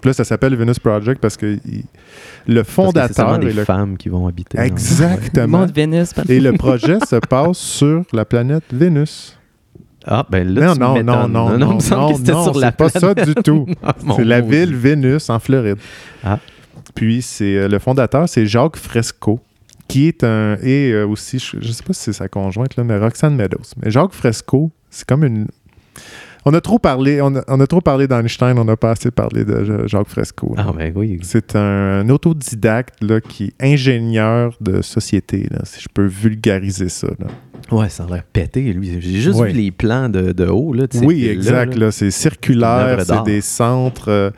Puis là, ça s'appelle Venus Project parce que il- le Parce que c'est fondateur seulement des et le femmes qui vont habiter. dans- Exactement. Monde Vénus. par- Et le projet se passe sur la planète Vénus. Ah, ben là, tu non, non, m'étonnes. non, non, il me semble que non, c'était non, sur la c'est pas ça planète. du tout. Ah, mon c'est la Dieu. ville Vénus en Floride. Ah. Puis c'est euh, le fondateur, c'est Jacques Fresco, qui est un et euh, aussi, je, je sais pas si c'est sa conjointe là, mais Roxane Meadows. Mais Jacques Fresco, c'est comme une. On a trop parlé, on a, on a trop parlé d'Einstein, on n'a pas assez parlé de Ja- Jacques Fresco. hein. là. Ah, ben oui. C'est un, autodidacte là, qui est ingénieur de société, là, si je peux vulgariser ça. là. Ouais, ça a l'air pété, lui. J'ai juste Ouais. vu les plans de, de haut, là. de ces Oui, villes-là, exact. là. là, c'est Une circulaire, œuvre c'est d'art. des centres. euh,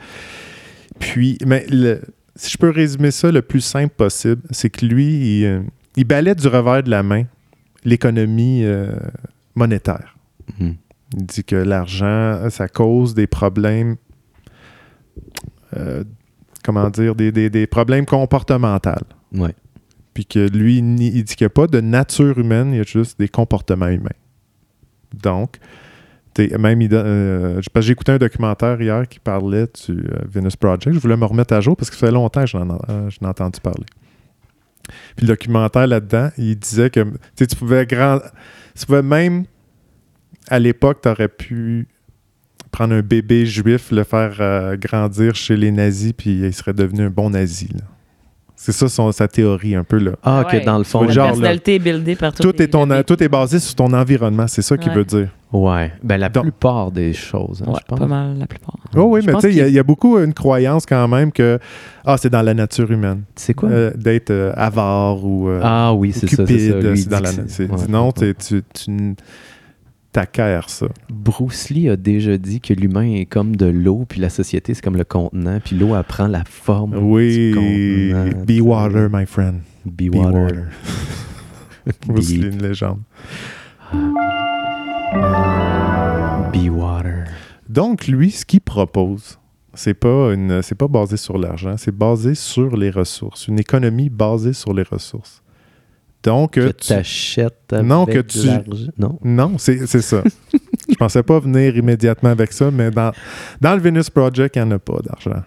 puis, mais le- si je peux résumer ça le plus simple possible, c'est que lui, il, euh, il balaie du revers de la main l'économie euh, monétaire. Mhm. Il dit que l'argent, ça cause des problèmes. euh, comment dire Des, des- des problèmes comportementaux. Ouais. Puis que lui, il nie- il dit qu'il n'y a pas de nature humaine, il y a juste des comportements humains. Donc, t'es- même, il don- euh, je- parce que j'ai écouté un documentaire hier qui parlait du euh, Venus Project. Je voulais me remettre à jour parce que ça fait longtemps que je n'en- euh, je n'ai entendu parler. Puis le documentaire là-dedans, il disait que tu sais, tu pouvais grand, tu pouvais même à l'époque, tu aurais pu prendre un bébé juif, le faire euh, grandir chez les nazis, puis il serait devenu un bon nazi. là. C'est ça son- sa théorie un peu là. Ah, Ouais. que dans le fond. Ouais, La là- genre, personnalité est buildée par tous Tout les- est, ton, les- tout est basé sur ton environnement, c'est ça qu'il Ouais. veut dire. Ouais. Ben, la Donc- plupart des choses, hein, Ouais, je pense. pas mal la plupart. Oh oui, Je mais tu pense sais, il y a- il y, a beaucoup une croyance quand même que ah, c'est dans la nature humaine C'est quoi? euh, d'être euh, avare ou euh, ah, oui, ou c'est ça. cupide. C'est ça. Lui, il c'est dans dit la que na- c'est- c'est- ouais. non, t'es- tu, tu n- t'acquiers ça. Bruce Lee a déjà dit que l'humain est comme de l'eau, puis la société, c'est comme le contenant, puis l'eau, elle prend la forme. Oui, du contenant. be water, my friend. Be Be water. water. Bruce Be- Lee, une légende. Be water. Donc, lui, ce qu'il propose, c'est pas une, c'est pas basé sur l'argent, c'est basé sur les ressources, une économie basée sur les ressources. Donc, que euh, tu- t'achètes avec Non, que tu- l'argent. Non. non, c'est c'est ça. Je pensais pas venir immédiatement avec ça, mais dans, dans le Venus Project, il n'y en a pas d'argent.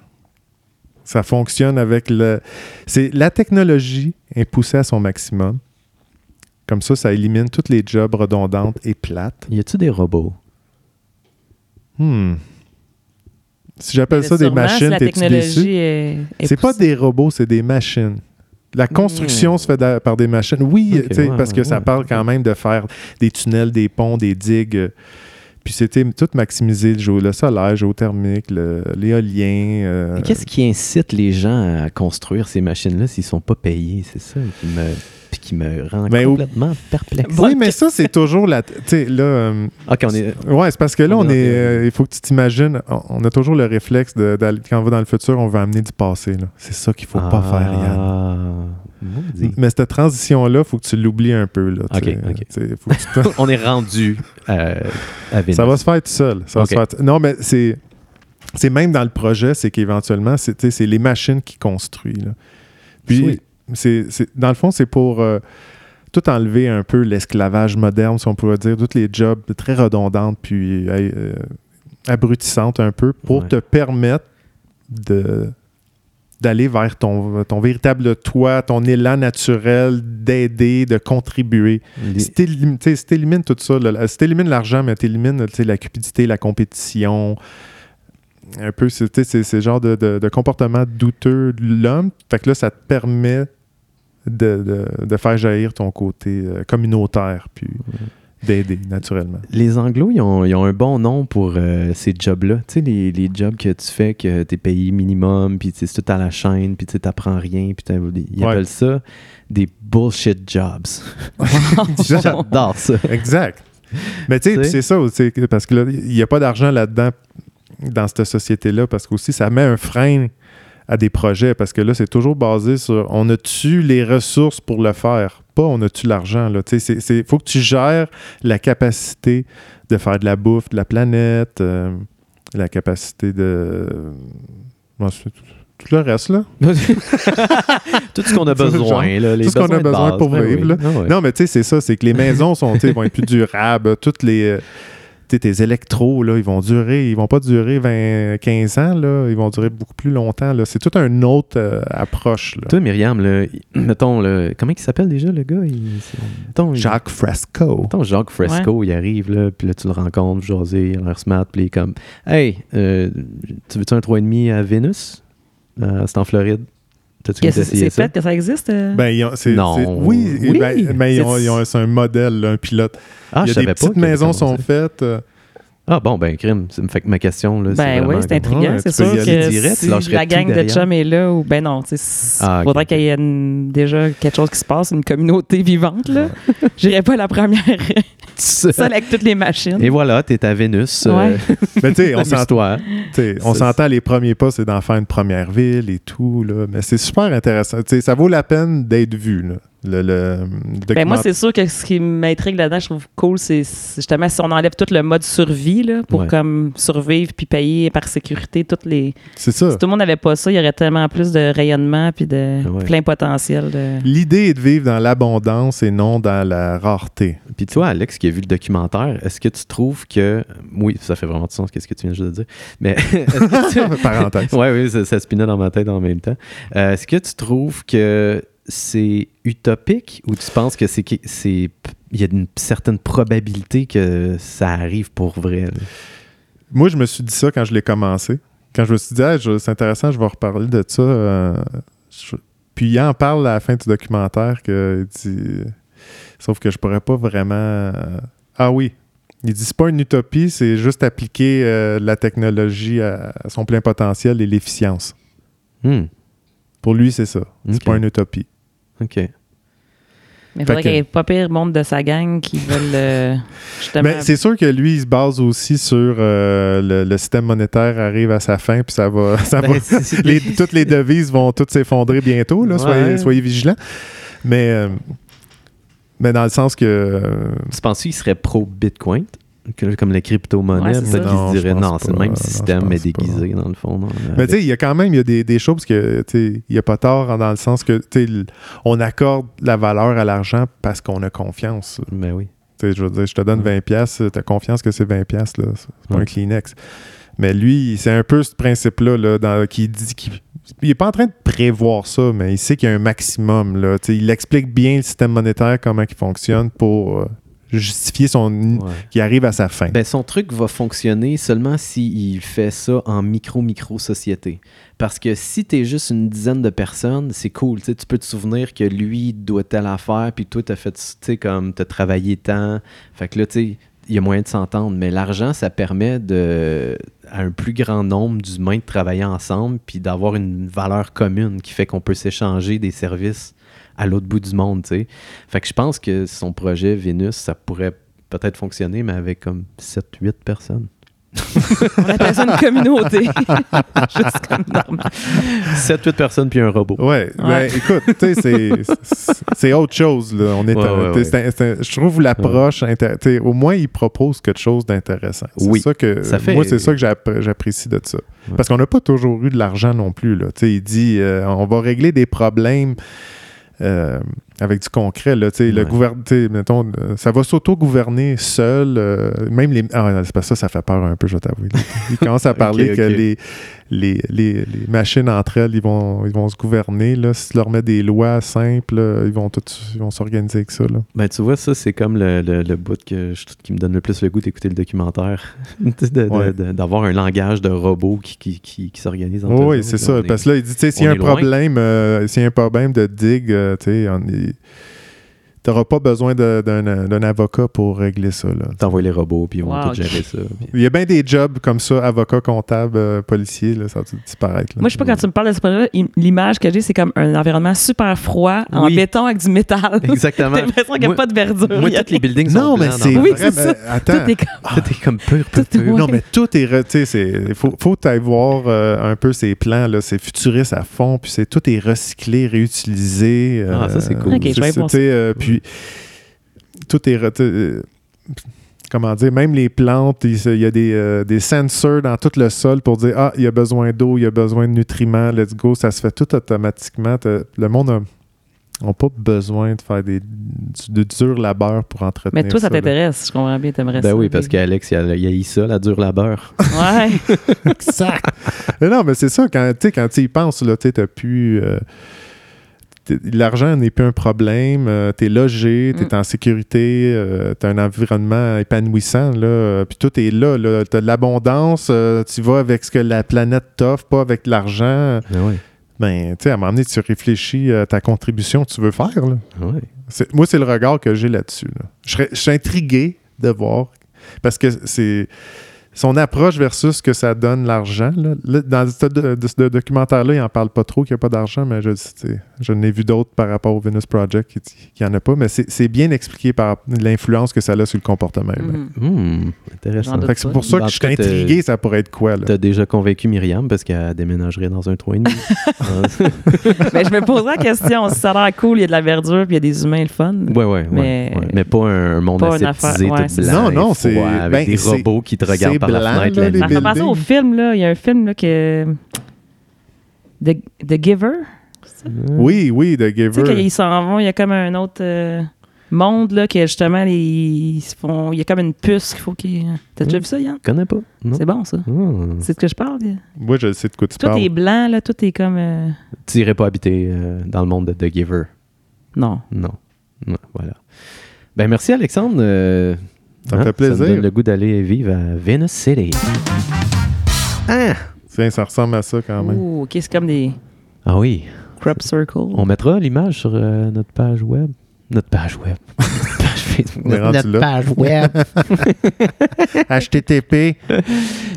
Ça fonctionne avec le. C'est la technologie est poussée à son maximum. Comme ça, ça élimine toutes les jobs redondantes et plates. Y a-tu des robots? Hmm. Si j'appelle ça des Sûrement, si machines, la t'es-tu déçu? technologie est, est C'est pas poussée. des robots, c'est des machines. Hmm. La construction se fait da- par des machines. Oui, Ok, tu sais, ouais, parce que ouais, ça ouais. parle quand même de faire des tunnels, des ponts, des digues. euh, Puis c'était tout maximisé, le, géo- le solaire, géothermique, le- l'éolien. euh, Mais Qu'est-ce qui incite les gens à construire ces machines-là s'ils sont pas payés? C'est ça qui me, puis qui me rend Ben, au- complètement perplexe. oui, mais ça, c'est toujours la. Tu sais, là. euh, OK, on est... Ouais, c'est parce que là, On on est dans est. le- euh, il faut que tu t'imagines. On, on a toujours le réflexe de, d'aller- quand on va dans le futur, on veut amener du passé. là. C'est ça qu'il faut Ah, pas faire, Yann. Yann. Mais cette transition-là, faut que tu l'oublies un peu. Là, Ok, tu sais. ok. Tu sais, faut que tu te- on est rendu euh, à Vénus. Ça va se faire tout seul. Ça va Ok. se faire tout- Non, mais c'est. C'est même dans le projet, c'est qu'éventuellement, c'est tu sais, c'est les machines qui construisent. là. Puis, Oui. c'est, c'est- dans le fond, c'est pour euh, tout enlever un peu l'esclavage moderne, si on pourrait dire, tous les jobs très redondantes puis euh, euh, abrutissantes un peu, pour Ouais. te permettre de, d'aller vers ton, ton véritable toi, ton élan naturel, d'aider, de contribuer. Les- Si t'élim- t'sais, si t'élimines tout ça, là, si t'élimines l'argent, mais t'élimines t'sais, la cupidité, la compétition, un peu, c'est t'sais, c'est- c'est genre de, de- de comportement douteux de l'homme. Fait que là, ça te permet de, de- de faire jaillir ton côté euh, communautaire, puis d'aider naturellement. Les Anglo, ils ont, ils ont un bon nom pour euh, ces jobs-là. Tu sais, les, les jobs que tu fais, que t'es payé minimum, puis tu sais, c'est tout à la chaîne, puis tu sais, t'apprends rien, puis t'as- ils Ouais. appellent ça des bullshit jobs. J'adore ça. Exact. Mais tu T'sais. sais, c'est ça, aussi, que- parce que là, il n'y a pas d'argent là-dedans, dans cette société-là, parce qu'aussi, ça met un frein à des projets, parce que là, c'est toujours basé sur on a-tu les ressources pour le faire, pas on a-tu l'argent. Il faut que tu gères la capacité de faire de la bouffe de la planète, euh, la capacité de. euh, bon, c'est- tout le reste, là. tout ce qu'on a besoin, là, les Tout ce qu'on a besoins de besoin base. pour Ben oui. vivre, là. Ah ouais. Non, mais tu sais, c'est ça, c'est que les maisons sont, tu sais, vont être plus durables. Toutes les. euh, tu sais, tes électros, là, ils vont durer, ils vont pas durer 20, 15 ans, là, ils vont durer beaucoup plus longtemps. là. C'est toute une autre euh, approche. là. Toi, Myriam, là, il- mettons, là, comment il s'appelle déjà le gars Il- c'est- mettons, il- Jacques Fresco. mettons, Jacques Fresco, il arrive, là, puis là, tu le rencontres, vous jasez, il a l'air smart, puis il est comme Hey, euh, tu veux-tu un 3,5 à Vénus Euh, C'est en Floride. T'as-tu goût Que C'est d'essayer c'est ça fait que ça existe. euh? Ben, ils ont- c'est- Non. c'est- oui, Oui. ben, mais ils ont, C'est- ils ont- c'est un modèle, là, un pilote. Ah, Il y je a savais des pas. petites qu'il y avait maisons comme ça. sont faites. euh, Ah, bon, ben, crime. Ça me fait que ma question, là, c'est. Ben oui, vraiment c'est comme- intriguant. Ouais, c'est tu peux sûr y aller que direct, tu si lâcherais la tout gang de derrière. chum est là, ou ben non, tu sais, Ah, ok, faudrait ok. qu'il y ait une- déjà quelque chose qui se passe, une communauté vivante, là. J'irais pas la première seule avec toutes les machines. Et voilà, t'es à Vénus. euh, Ouais. Mais tu sais, on on s'entend. s'entend. T'sais, on C'est- s'entend, les premiers pas, c'est d'en faire une première ville et tout, là. mais c'est super intéressant. T'sais, ça vaut la peine d'être vu. là. Le, le Ben moi, documentaire- c'est sûr que ce qui m'intrigue là-dedans, je trouve cool, c'est c'est justement si on enlève tout le mode survie là, pour Ouais. comme survivre puis payer par sécurité toutes les. c'est ça. Si tout le monde n'avait pas ça, il y aurait tellement plus de rayonnement puis de Ah Ouais. plein potentiel. De... L'idée est de vivre dans l'abondance et non dans la rareté. Puis toi, Alex, qui a vu le documentaire, est-ce que tu trouves que. Oui, ça fait vraiment du sens, qu'est-ce que tu viens juste de dire. Mais. est-ce que tu- Ah, Parenthèse. Ouais, oui, ça, ça spinait dans ma tête en même temps. Euh, Est-ce que tu trouves que c'est utopique ou tu penses que c'est qui- c'est il y a une certaine probabilité que ça arrive pour vrai? là? Moi, je me suis dit ça quand je l'ai commencé. Quand je me suis dit, Ah, je- c'est intéressant, je vais reparler de ça. euh, je- Puis il en parle à la fin du documentaire que il dit... Sauf que je pourrais pas vraiment... euh, Ah oui, il dit, c'est pas une utopie, c'est juste appliquer euh, la technologie à, à son plein potentiel et l'efficience. Hmm, Pour lui, c'est ça. C'est Ok. pas une utopie. OK. Mais il faudrait que- qu'il y ait pas pire monde de sa gang qui veulent Ben, euh, justement. Mais Ben, c'est sûr que lui, il se base aussi sur euh, le, le système monétaire arrive à sa fin, puis ça va. ça va- Ben, c'est- c'est- Ah, les- toutes les devises vont toutes s'effondrer bientôt, là, Ouais. soyez, soyez vigilants. Mais, euh, mais dans le sens que. euh, Tu penses qu'il serait pro-Bitcoin? que- comme les Ouais, crypto-monnaies, c'est peut-être ça. qu'ils Non, se je diraient pense non, c'est le pas. même Non, je système, mais pense pas. déguisé, dans le fond. non, Mais avec- ben, tu sais, il y a quand même il y a des, des choses parce que tu sais, il n'y a pas tort hein, dans le sens que tu sais, l- on accorde la valeur à l'argent parce qu'on a confiance. Ben oui. Tu sais, je veux dire, je te donne 20 pièces, tu as confiance que c'est 20 pièces là, c'est pas un Ouais. Kleenex. Mais lui, c'est un peu ce principe là, dans, qui dit qu'il il est pas en train de prévoir ça, mais il sait qu'il y a un maximum. Là. Tu sais, Il explique bien le système monétaire, comment il fonctionne pour euh, justifier son ouais. qu'il arrive à sa fin. Ben, son truc va fonctionner seulement s'il fait ça en micro-micro-société. Parce que si t'es juste une dizaine de personnes, c'est cool. tu sais, tu peux te souvenir que lui doit telle affaire, puis toi, t'as fait, tu sais, comme, t'as travaillé tant. Fait que là, tu sais, il y a moyen de s'entendre. Mais l'argent, ça permet de, à un plus grand nombre d'humains de travailler ensemble, puis d'avoir une valeur commune qui fait qu'on peut s'échanger des services à l'autre bout du monde, tu sais. Fait que je pense que son projet Vénus, ça pourrait peut-être fonctionner, mais avec comme 7-8 personnes. On appelle ça une communauté. Juste comme normal. 7-8 personnes puis un robot. Ouais, ben, écoute, tu sais, c'est- c'est- c'est autre chose. Là. On est Ouais, ouais, un- t'sais, ouais. c'est un- c'est un- je trouve l'approche, intér- t'sais, au moins, il propose quelque chose d'intéressant. C'est Oui. Ça que, Ça fait- Moi, c'est ça que j'appré- j'apprécie de ça. Ouais. Parce qu'on n'a pas toujours eu de l'argent non plus. Là. T'sais, Il dit euh, on va régler des problèmes. euh, avec du concret, là, T'sais, le Ouais. gouvern- t'sais, mettons, euh, ça va s'auto-gouverner seul, euh, même les... Ah, c'est pas ça, ça fait peur un peu, je t'avoue. Il commence à parler Ok, que ok. les, les, les- les machines entre elles, ils vont, ils vont se gouverner. Là. Si tu leur mets des lois simples, là, ils vont tous- ils vont s'organiser avec ça. là. Ben, tu vois, ça, c'est comme le, le- le bout que je- qui me donne le plus le goût d'écouter le documentaire. Tu sais, de- de- Ouais. de- D'avoir un langage de robot qui, qui, qui, qui s'organise entre Oui, eux Oh, oui, autres, c'est là, on ça. est- Parce que là, il dit, tu sais, s'il y a on un est loin. problème, euh, s'il y a un problème de digue, euh, tu sais, on est- t'auras pas besoin de- d'un d'un avocat pour régler ça. là. T'envoies les robots, puis ils vont Wow, tout gérer ça. puis- Il y a bien des jobs comme ça, avocat, comptable, euh, policier, là, ça va tout disparaître. là. Moi, je sais pas, quand tu me parles de ce projet-là, im- l'image que j'ai, c'est comme un environnement super froid, en Oui. béton avec du métal. Exactement. T'as l'impression qu'il n'y a Moi- pas de verdure. Moi, tous les buildings sont Non, mais blancs dans c'est ma- Oui, vrai, c'est ça. mais Attends, Tout est comme- Tout est comme pur, pur, Tout est pur. Ouais. Non, mais tout est. re- Tu sais, il faut, faut aller voir euh, un peu ces plans, là, c'est futuriste à fond, puis c'est tout est recyclé, réutilisé. euh, Ah, ça, c'est cool. Ok, je vais aller voir tu sais, euh, puis tout est. re- tu sais, euh, Comment dire, même les plantes, il se- il y a des, euh, des sensors dans tout le sol pour dire Ah, il y a besoin d'eau, il y a besoin de nutriments, let's go. Ça se fait tout automatiquement. T'as- Le monde n'a pas besoin de faire des, du, du dur labeur pour entretenir. Mais toi, ça là. t'intéresse. Je comprends bien, t'aimerais ça. Ben oui, parce qu'Alex, il a, il a eu ça, la dure labeur. Ouais. Exact. Mais non, mais c'est ça, quand tu sais, quand tu y penses, là, tu sais, t'as plus. euh, t'es- L'argent n'est plus un problème, tu es logé, tu es en sécurité, tu as un environnement épanouissant, là, euh, puis tout est là, tu as de l'abondance, euh, tu vas avec ce que la planète t'offre, pas avec l'argent. Ah ouais. Ben, tu sais, à un moment donné, tu réfléchis à ta contribution que tu veux faire. là. Ah ouais. C'est- Moi, c'est le regard que j'ai là-dessus. là. Je, serais- je suis intrigué de voir parce que c'est son approche versus ce que ça donne l'argent. là. Là, dans ce, de- de ce documentaire-là, il n'en parle pas trop qu'il n'y a pas d'argent, mais je, c'est- je n'ai vu d'autres par rapport au Venus Project qui n'y en a pas. Mais c'est c'est bien expliqué par l'influence que ça a sur le comportement humain. Mhm. Hum, intéressant. J'en doute. Fait que c'est pour ça Dans que je suis tout, euh, intrigué, ça pourrait être quoi? là? T'as déjà convaincu Myriam parce qu'elle déménagerait dans un 3,5. Mais je me poserais la question si ça a l'air cool, il y a de la verdure, puis il y a des humains, le fun. Ouais, ouais, Mais- mais... ouais. Mais pas un monde Pas une aseptisé, affaire- ouais, tout c'est blanc. ça. Non, non, et c'est- froid, euh, Avec ben, des c'est- robots qui te regardent c'est par la blanc, fenêtre là, la les nuit. Ça fait penser au buildings. film, là. Il y a un film, là, que. The, The Giver. Oui, oui, The Giver. Tu sais, qu'ils s'en vont, il y a comme un autre euh, monde, là, que justement, les- ils se font. Il y a comme une puce qu'il faut qu'ils. T'as déjà vu ça, Yann? Je connais pas. Hmm. Non. C'est bon, ça. Hmm. C'est de que je parle. Moi, je sais de quoi tu Tout est parles. blanc, là. Tout est comme. euh, Tu irais pas habiter euh, dans le monde de The Giver. Non. Non. Non, voilà. Ben merci Alexandre. euh, Ça me fait Ça me donne plaisir. le goût d'aller vivre à Venus City. Ah! Tiens, ça ressemble à ça quand même. Ouh, ok, c'est comme des Ah oui. crop circles. On mettra l'image sur euh, notre page web. Notre page web. notre page Facebook. On est rendu là. page web. HTTP.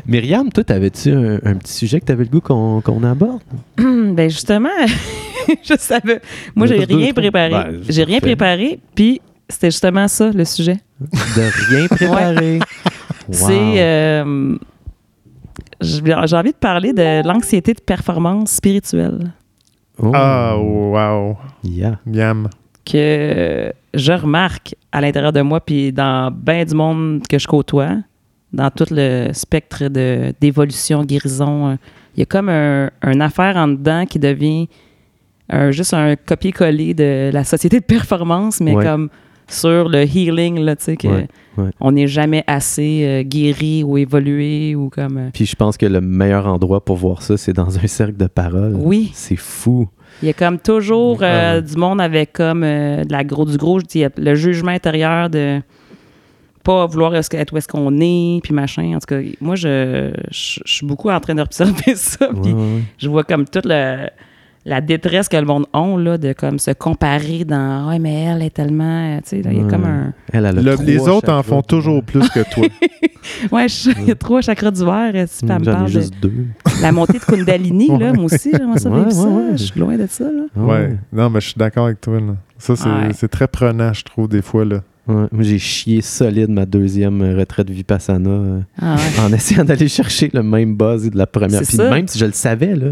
Myriam, toi, t'avais-tu un, un petit sujet que t'avais le goût qu'on qu'on aborde? ben justement, je savais. Moi, Il y a j'ai tous deux, rien trois. préparé. Ben, j'ai rien parfait. préparé, puis c'était justement ça, le sujet. De rien préparer. Wow. C'est. euh, j'ai j'ai envie de parler de l'anxiété de performance spirituelle. Oh, Ah, wow. yeah. Miam. que je remarque à l'intérieur de moi, puis dans bien du monde que je côtoie, dans tout le spectre de- d'évolution, guérison, euh, il y a comme un, un affaire en dedans qui devient un- juste un copier-coller de la société de performance, mais Ouais. comme sur le healing, là, tu sais, que Ouais, ouais. on n'est jamais assez euh, guéri ou évolué ou comme... euh, Puis je pense que le meilleur endroit pour voir ça, c'est dans un cercle de parole. Oui. C'est fou. Il y a comme toujours euh, Ouais. du monde avec comme euh, de la gros du gros. Je dis, il y a le jugement intérieur de pas vouloir est-ce que- être où est-ce qu'on est, puis machin. En tout cas, moi, je, je, je suis beaucoup en train d'observer ça. Ouais, puis ouais. je vois comme toute le- la détresse que le monde a là, de comme se comparer dans « Ouais, mais elle est tellement... » Tu sais, là, il y a Ouais. comme un... Elle, elle a Le- trois les autres en chakras. font toujours plus que toi. Ouais, je- il y a trois chakras du verre. euh, Si Hum, pas me J'en ai parle de juste deux. la montée de Kundalini, là, Ouais. moi aussi, j'aimerais ça Ouais, vivre ouais, ça. ouais. Je suis loin de ça, là. Ah ouais. Non, mais je suis d'accord avec toi. là. Ça, c'est Ouais. c'est très prenant, je trouve, des fois. Là. Ouais, moi, j'ai chié solide ma deuxième euh, retraite Vipassana euh, Ah ouais. en essayant d'aller chercher le même buzz de la première. C'est Puis ça. même si je le savais, là,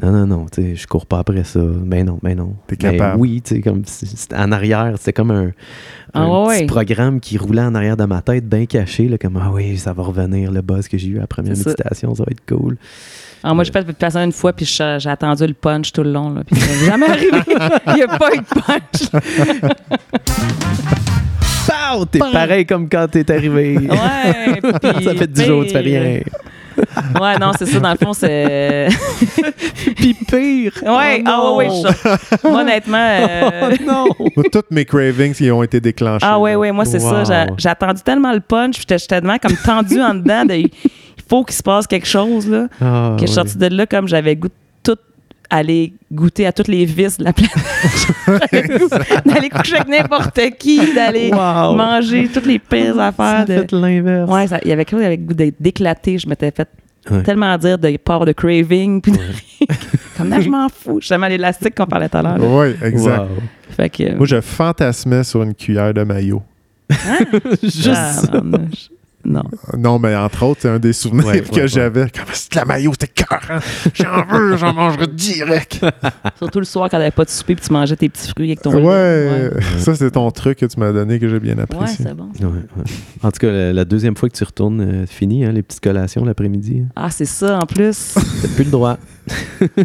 non, non, non, tu sais, je cours pas après ça. Mais non, mais non. T'es Ben capable. oui, tu sais, comme si- c'était en arrière, c'était comme un, Ah un ouais. petit programme qui roulait en arrière de ma tête, bien caché, là, comme ah oui, ça va revenir le buzz que j'ai eu à la première C'est ça. méditation, ça va être cool. Ah, moi, j'ai fait Vipassana une fois, puis je- j'ai attendu le punch tout le long. Là, puis ça m'est jamais arrivé. Il n'y a pas eu de punch. Pow! T'es pareil comme quand t'es arrivé. Ouais. puis- ça fait 10 jours, tu fais pire. rien. Ouais, non, c'est ça. Dans le fond, c'est. Puis pire! Ouais, Oh ah ouais, ouais. non! je- Moi, honnêtement. euh, non! Moi, Toutes mes cravings, ils ont été déclenchés. Ah ouais, là. ouais, moi, c'est Wow. ça. J'ai- J'ai attendu tellement le punch, puis j'étais j'étais tellement comme tendu en dedans. de- il faut qu'il se passe quelque chose, là. Ah, que je suis ouais. sortie de là, comme j'avais goût de tout aller goûter à toutes les vices de la planète. J'avais goût d'aller coucher avec n'importe qui, d'aller. Wow. manger toutes les pires Ça affaires. a De... fait l'inverse. Ouais, ça- il y avait quelque chose avec le goût d'être- d'éclater. Je m'étais fait Ouais. tellement dire de pas avoir de craving. Puis de rien. Comme là, je m'en fous. Je suis tellement à l'élastique qu'on parlait tout à l'heure. là. Oui, exact. Wow. Fait que. euh, Moi, je fantasmais sur une cuillère de maillot. Juste ah, ça. non, je- Non. Non, mais entre autres, c'est un des souvenirs Ouais, que ouais, ouais. j'avais. Comme c'est de la maillot, c'était cœur. J'en veux, j'en mangerai direct. Surtout le soir quand t'avais pas de souper puis tu mangeais tes petits fruits avec ton Ouais, lait. ça, c'est ton truc que tu m'as donné que j'ai bien Ouais, apprécié. c'est bon. Ouais, ouais. En tout cas, la, la deuxième fois que tu retournes, euh, c'est fini, hein, les petites collations l'après-midi. hein. Ah, c'est ça en plus. T'as plus le droit.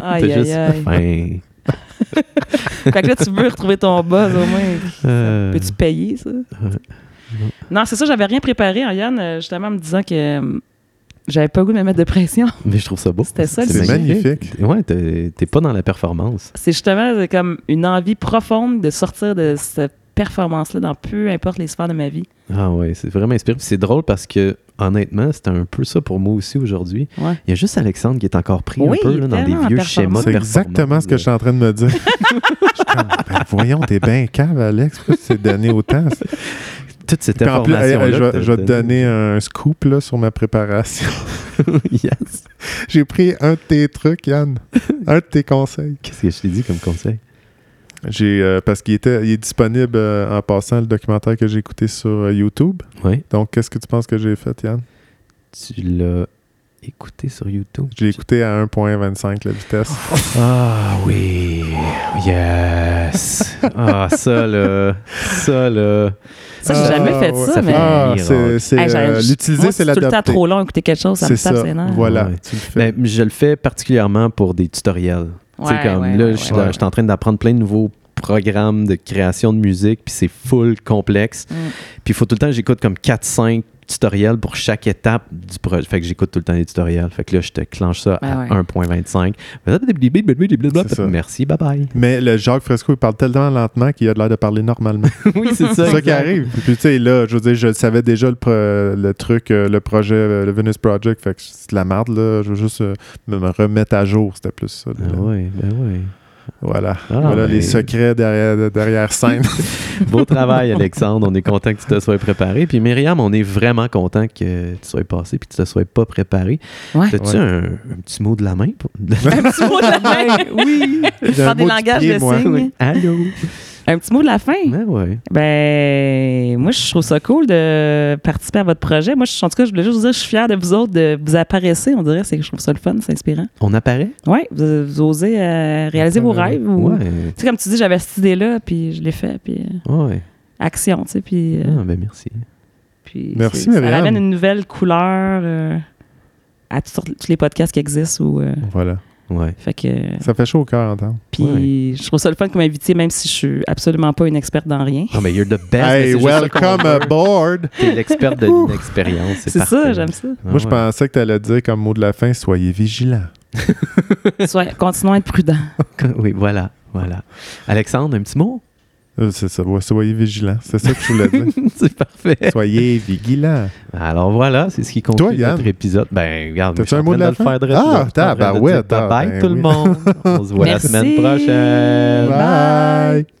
Aïe, T'as aïe, juste aïe. faim. Fait que là, tu veux retrouver ton buzz au moins. Euh, Peux-tu payer ça? Non, c'est ça, j'avais rien préparé, hein, Yann, euh, justement en me disant que euh, j'avais pas le goût de me mettre de pression. mais je trouve ça beau. C'était ça, le C'est sujet. magnifique. Ouais, t'es t'es pas dans la performance. C'est justement euh, comme une envie profonde de sortir de cette performance-là dans peu importe les sphères de ma vie. Ah ouais, c'est vraiment inspirant. Puis C'est drôle parce que, honnêtement, c'était un peu ça pour moi aussi aujourd'hui. Ouais. Il y a juste Alexandre qui est encore pris Oui, un peu là, dans tellement des en vieux performance. schémas de C'est performance, exactement ce que là. je suis en train de me dire. Je suis comme, ben, voyons, t'es bien cave, Alex. Pourquoi tu t'es donné autant? Toute cette Puis en plus, hey, information hey, je, vais- je vais te donner un scoop là, sur ma préparation. yes. J'ai pris un de tes trucs, Yann. Un de tes conseils. Qu'est-ce que je t'ai dit comme conseil? J'ai euh, Parce qu'il était, il est disponible euh, en passant le documentaire que j'ai écouté sur euh, YouTube. Ouais. Donc, qu'est-ce que tu penses que j'ai fait, Yann? Tu l'as écouté sur YouTube? J'ai écouté à 1.25 la vitesse. Ah oui, yes. Ah ça là, ça là. Ça, j'ai Ah, jamais fait ouais. ça, mais. Ah, mais- c'est- c'est, Hey, j'arrive- euh, moi, L'utiliser, si c'est tout le temps l'adapter. trop long, à écouter quelque chose, ça C'est me tape ça. ses nerfs. Voilà, Ouais. Ben, tu le fais. Mais je le fais particulièrement pour des tutoriels. tu sais Ouais, comme ouais, là, ouais, je suis ouais, dans- ouais. je suis en train d'apprendre plein de nouveaux programmes de création de musique, puis c'est full complexe. Mm. Puis il faut tout le temps que j'écoute comme 4-5 tutoriels pour chaque étape du projet. Fait que j'écoute tout le temps les tutoriels. Fait que là, je te clenche ça à Ben Ouais, ouais. 1.25. C'est ça. Merci, bye bye. Mais le Jacques Fresco, il parle tellement lentement qu'il a l'air de parler normalement. oui, c'est ça. C'est ça qui exact. arrive. Puis, tu sais, là, je veux dire, je savais déjà le, pro- le truc, euh, le projet, euh, le Venus Project, fait que c'est de la merde, là. Je veux juste euh, me me remettre à jour, c'était plus ça. là. Ah ouais, ben ouais. Voilà. Ah, voilà mais- les secrets derrière, derrière scène. Beau travail, Alexandre. On est content que tu te sois préparé. Puis Myriam, on est vraiment content que tu sois passé puis que tu te sois pas préparé. Ouais. As-tu Ouais. un, un petit mot de la main? pour- Un petit mot de la main. Oui. J'ai un Par des mot du langages pied, de moi. signes. Allô? Un petit mot de la fin. Ouais, ouais. Ben, moi, je trouve ça cool de participer à votre projet. Moi, je, en tout cas, je voulais juste vous dire, je suis fière de vous autres, de vous apparaissez, on dirait. C'est, je trouve ça le fun, c'est inspirant. On apparaît? Oui, vous, vous osez euh, réaliser vos rêves. Ou, Ouais. Tu sais, comme tu dis, j'avais cette idée-là, puis je l'ai fait, puis euh, Ouais. action, tu sais, puis, euh, Ah, ben merci. puis Merci, c'est- ça Myriam. amène une nouvelle couleur euh, à toutes sortes- tous les podcasts qui existent. Ou, euh, Voilà. Ouais. fait que, Ça fait chaud au cœur, entendre. puis je trouve ça le fun que vous m'invitiez, même si je suis absolument pas une experte dans rien. Ah, mais you're the best. mais Hey, c'est juste ça Ah qu'on welcome euh, veut. aboard! T'es l'experte de l'inexpérience. C'est ça, j'aime ça. Ah Moi, je pensais que tu allais dire comme mot de la fin, soyez vigilants. Soyez- continuons à être prudents. pense. Oui, voilà. Voilà. Alexandre, un petit mot? Euh, c'est ça, ouais, soyez vigilants. C'est ça que je voulais dire. C'est parfait. soyez vigilants. Alors voilà, c'est ce qui conclut Toi, Yann. notre épisode. Ben, regarde, T'as-tu je suis un en mot train de de la le fin? faire direct. Ah, Je suis en train de tabarouette, dire ah, Bye ben tout le oui. monde. On se voit Merci. la semaine prochaine. Bye. Bye.